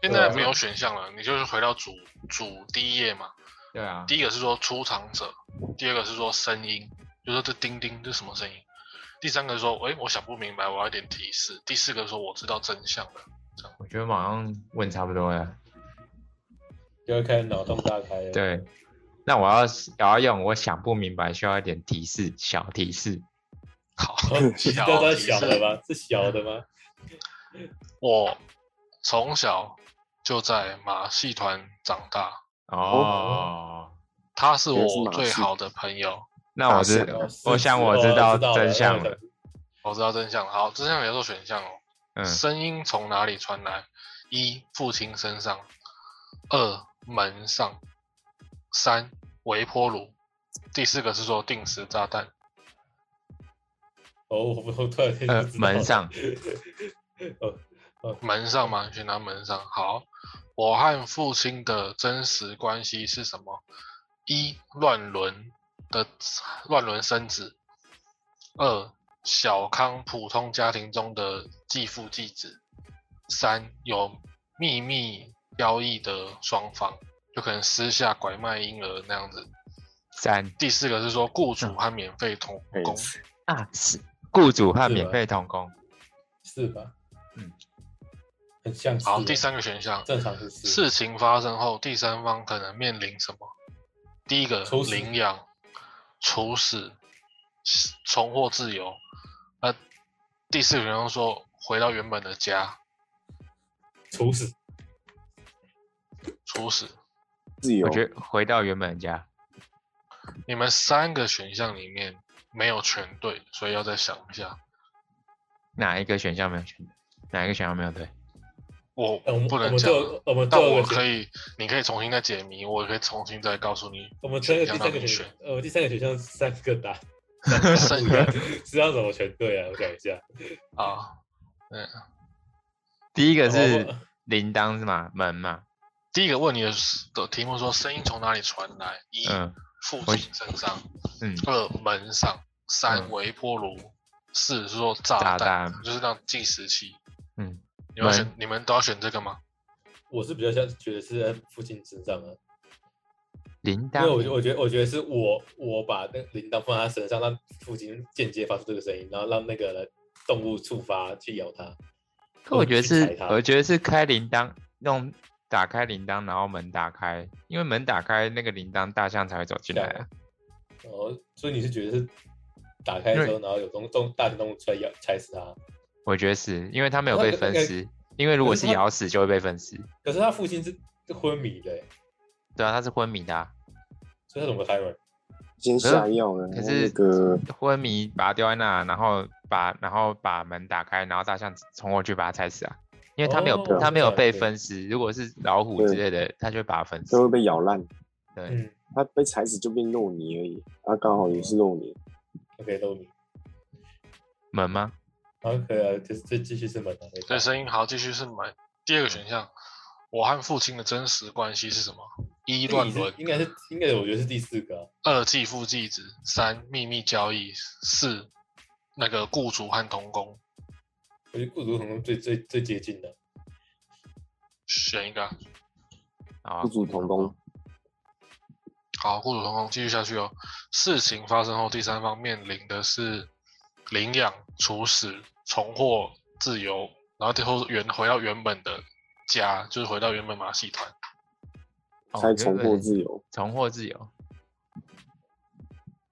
D: 现在没有选项了，你就是回到主主第一页嘛。
A: 对啊，
D: 第一个是说出场者，第二个是说声音，就说这叮叮这什么声音。第三个是说，诶，我想不明白，我要一点提示。第四个是说我知道真相了。
A: 我觉得马上问差不多了。
B: 就会开始脑洞大开了。，
A: 对，那我要是我要用我想不明白，需要一点提示，小提示。
D: 好，
B: 你知
D: 小
B: 道它
D: 提
B: 小的
D: 示，
B: 吗？是小的吗？
D: 我从小就在马戏团长大，
A: 哦，
D: 他是
C: 原来是
D: 我
C: 马
D: 最
C: 戏
D: 好的朋友。
A: 那我知
C: 大
B: 哦，
A: 我想我知道真相了。哎
B: 了。
D: 我知道真相了。好，真相有做选项哦。
A: 嗯，
D: 声音从哪里传来？一、父亲身上；二、门上；三、微波炉。第四个是说定时炸弹。
B: 哦，我我突然间
A: 呃
B: 不知道
A: 门 上。
B: 哦，
D: 门上吗？选拿门上。好，我和父亲的真实关系是什么？一、乱伦的乱伦生子；二、小康普通家庭中的继父继子；三、有秘密交易的双方，就可能私下拐卖婴儿那样子。
A: 三
D: 第四个是说雇主和免费童
C: 嗯
D: 工，
A: 啊是雇主和
B: 是
A: 免
B: 吧
A: 费童工。
B: 是吧？
A: 嗯，
B: 很像是。
D: 好，第三个选项，
B: 正常是是
D: 事情发生后，第三方可能面临什么？第一个
B: 处死
D: 领养、处死、重获自由。那第四个选项说回到原本的家，
B: 处死，
D: 处死。
C: 自由
A: 我，觉得回到原本的家。
D: 你们三个选项里面没有全对，所以要再想一下。
A: 哪一个选项没有选？哪一个选项没有对？
D: 我
B: 呃我们
D: 不
B: 我
D: 能
B: 们
D: 讲，
B: 做我们
D: 但
B: 做
D: 我
B: 个选
D: 可以，你可以重新再解谜，我也可以重新再告诉你
B: 我们这
D: 选
B: 个第
D: 项让
B: 三个
D: 你
B: 选
D: 选
B: 项，。呃，第三个选项是三个答
D: 剩余
B: 知道怎么全对啊？我想一下，
D: 啊。
A: 第一个
B: 我
A: 是铃铛是吗？门嘛，
D: 第一个问你的的题目说声音从哪里传来？一
A: 嗯
D: 父
A: 我
D: 亲身上，
A: 嗯，
D: 二门上，三
A: 嗯
D: 微波炉，四是说炸
A: 炸
D: 弹，
A: 弹
D: 就是那种计时器。
A: 嗯，
D: 你们要选
A: 门
D: 你们都要选这个吗？
B: 我是比较像觉得是在父亲身上啊，
A: 铃
B: 因为我觉
A: 铛，
B: 我觉得我觉得是我我把那个铃铛放在他身上，让父亲间接发出这个声音，然后让那个动物触发去咬它。
A: 可我觉得
B: 或者去
A: 是
B: 踩它
A: 我觉得是开铃铛，用打开铃铛，然后门打开，因为门打开那个铃铛，大象才会走进来啊。
B: 哦，所以你是觉得是打开的时候，然后有动动大型动物出来咬踩死它？
A: 我觉得是因为它没有
B: 那
A: 被
B: 个
A: 分
B: 那个
A: 尸，因为如果
B: 可是
A: 是
B: 它
A: 咬死就会被分尸。
B: 可是他父亲是是昏迷的欸，
A: 对啊，它是昏迷的啊、
B: 所以他怎么开门？
C: 先下药了，
A: 可
C: 然后
A: 是
C: 哦那个
A: 昏迷把它丢在那，然后把然后把门打开，然后大象冲过去把它踩死啊。因为它没有
B: 哦
A: 它、没有
B: 这样
A: 被
B: 子
A: 分尸，如果是老虎之类的，它就会把它分尸
C: 都。会被咬烂，
A: 对，
B: 嗯
C: 它被踩死就变肉泥而已，啊，刚好也是肉泥，
B: ，OK，都明。
A: 门吗？
B: 然后可以啊，就是这继续是门啊。没
D: 对，
B: 差
D: 声音好，继续是门。第二个选项，我和父亲的真实关系是什么？一
B: 这个
D: 乱
B: 你是
D: 伦，
B: 应该是应该是我觉得是第四个啊、
D: 二继父继子，三秘密交易，四那个雇主和童工，
B: 我觉得雇主可能最最最接近的。
D: 选一个啊。
A: 啊，
C: 不足同工，
D: 好，雇主童工继续下去哦。事情发生后，第三方面临的是领养、处死、重获自由，然后最后原回到原本的家，就是回到原本马戏团。
A: 哦
C: 才重获，
A: 原本
C: 自由，
A: 重获自由。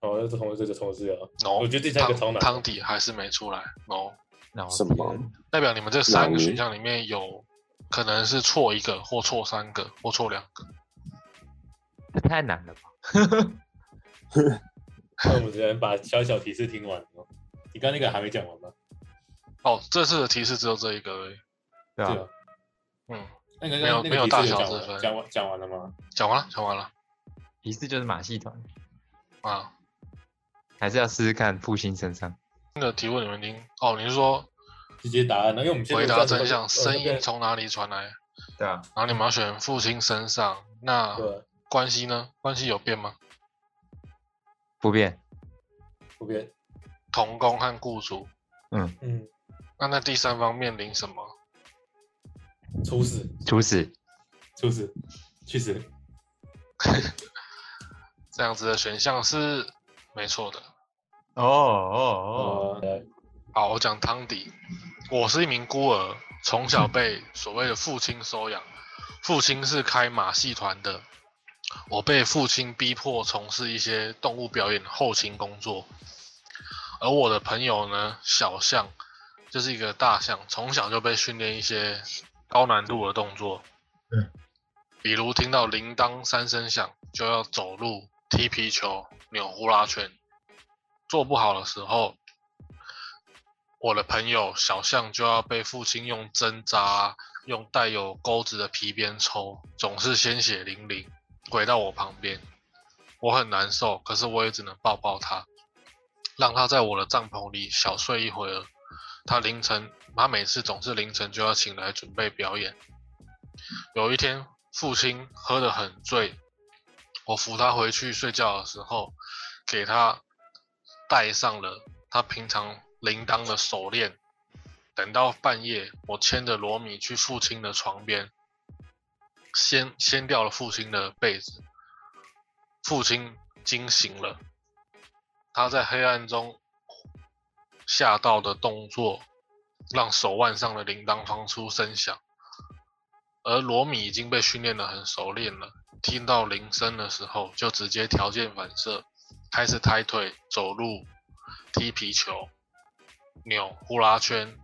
B: 哦，那这同事这个同事啊，
D: no，
B: 我觉得第三个超难的
D: 汤汤底还是没出来。no，
A: 然后
C: 什
A: 这个
C: 么
D: 代表你们这三个
C: 哪里
D: 选项里面有可能是错一个，或错三个，或错两个。
A: 这太难了吧？
B: 那我们只能把小小提示听完哦。你刚刚那个还没讲完吗？
D: 哦，这次的提示只有这一个而已。
A: 对吧、
B: 对啊
D: 嗯，
B: 那个
D: 没有
B: 那个
D: 没有
B: 提示
D: 大
B: 有
D: 小
B: 讲
D: 之
B: 完
D: 分
B: 讲完讲完了吗？
D: 讲完了，讲完了
A: 提示就是马戏团，
D: 啊。
A: 还是要试试看父亲身上。
D: 那个提问你们听哦，你是说
B: 直接答案了，因为我们现在
D: 回答真相，
B: 呃
D: 声
B: 那
D: 音
B: 个
D: 从哪里传来？然
A: 对啊，
D: 后你们要选父亲身上，那
B: 对啊，
D: 关系呢？关系有变吗？
A: 不变。
B: 不变，
D: 童工和雇主，
B: 嗯，
D: 那那第三方面临什么？
B: 处死
A: 处死，
B: 处死，去死，
D: 这样子的选项是没错的。
A: 哦哦哦，
B: 哦，对
D: 好，我讲汤底。我是一名孤儿，从小被所谓的父亲收养，父亲是开马戏团的，我被父亲逼迫从事一些动物表演后勤工作。而我的朋友呢，小象就是一个大象，从小就被训练一些高难度的动作，
A: 嗯，
D: 比如听到铃铛三声响就要走路、踢皮球、扭呼啦圈，做不好的时候，我的朋友小象就要被父亲用针扎、用带有钩子的皮鞭抽，总是鲜血淋淋，回到我旁边。我很难受，可是我也只能抱抱他，让他在我的帐篷里小睡一会儿。他凌晨，他每次总是凌晨就要醒来准备表演。有一天，父亲喝得很醉，我扶他回去睡觉的时候，给他戴上了他平常铃铛的手链。等到半夜，我牵着罗米去父亲的床边，掀掀掉了父亲的被子。父亲惊醒了，他在黑暗中吓到的动作，让手腕上的铃铛发出声响。而罗米已经被训练得很熟练了，听到铃声的时候就直接条件反射，开始抬腿、走路、踢皮球、扭呼啦圈。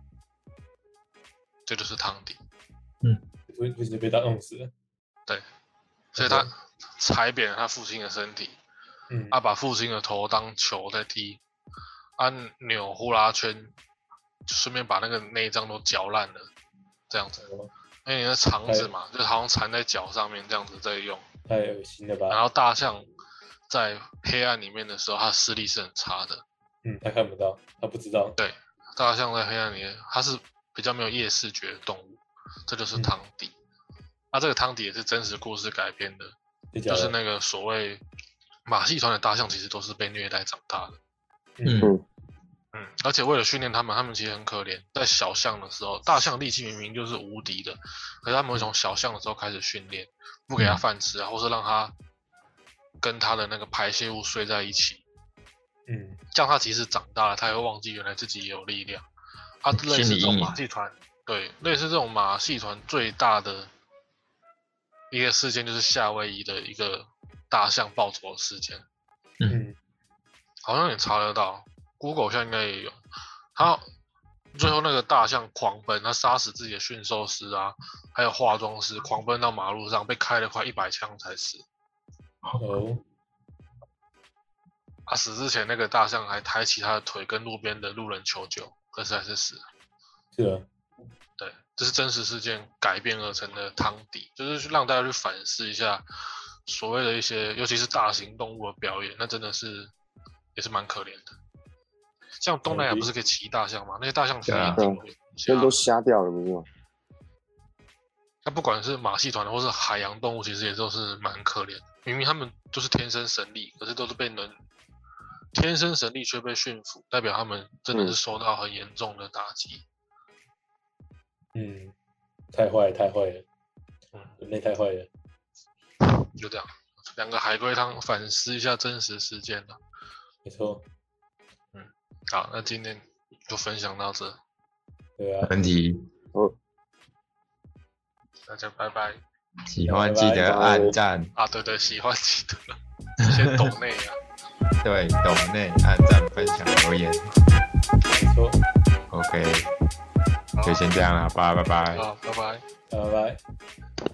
D: 这就是汤底，
B: 不不行被他弄死了，
D: 所以他踩扁了他父亲的身体，
B: 嗯，
D: 他把父亲的头当球在踢，啊按扭呼啦圈，顺便把那个内脏都嚼烂了，这样子。因为你的肠子嘛，就好像缠在脚上面这样子在用。
B: 太恶心了
D: 然
B: 吧？
D: 后大象在黑暗里面的时候，它视力是很差的，
B: 嗯，他看不到，他不知道。
D: 大象在黑暗里面，它是比较没有夜视觉的动物，这就是
B: 嗯
D: 汤底。那、这个汤底也是真实故事改编的，
B: 就假的
D: 就是那个所谓马戏团的大象，其实都是被虐待长大的。
A: 嗯
D: 嗯，而且为了训练他们，他们其实很可怜。在小象的时候，大象力气明明就是无敌的，可是他们会从小象的时候开始训练，不给它饭吃啊，或是让它跟它的那个排泄物睡在一起，
B: 嗯，
D: 这样它即使长大了，它也会忘记原来自己也有力量。它类
A: 嗯心
D: 似
A: 理
D: 这种
A: 阴影
D: 马戏团，对，类似这种马戏团最大的一个事件就是夏威夷的一个大象暴走的事件。
B: 嗯，
D: 好像也查得到，Google 现在应该也有。他最后那个大象狂奔，他杀死自己的驯兽师啊，还有化妆师，狂奔到马路上，被开了快一百枪才死。
B: 哦，
D: 啊，死之前那个大象还抬起他的腿跟路边的路人求救，可是还是死了。
B: 是啊的，
D: 对，这是真实事件改编而成的汤底，就是去让大家去反思一下所谓的一些，尤其是大型动物的表演，那真的是也是蛮可怜的。像东南亚
B: 同意
D: 不是可以骑大象吗？那些大象其实
A: 对啊
D: 也挺危
C: 现
D: 险
C: 在都
D: 的
C: 瞎掉了，不是吗？
D: 那不管是马戏团或是海洋动物，其实也都是蛮可怜的。明明他们就是天生神力，可是都是被人天生神力却被驯服，代表他们真的是
C: 嗯
D: 受到很严重的打击。
B: 嗯，太坏了，太坏了，
D: 嗯
B: 人类太坏了。
D: 就这样，两个海龟汤反思一下真实事件了。
B: 没错，
D: 好，那今天就分享到这，
B: 对啊，
A: 问题
D: 大家拜拜
A: 喜欢记得按赞，
D: 啊！对对，喜欢记得先抖内啊，
A: 对，懂内按赞、分享、留言
B: 没错，
A: ，OK，就先这样了，拜拜拜。
D: 好，拜拜。
B: 拜拜。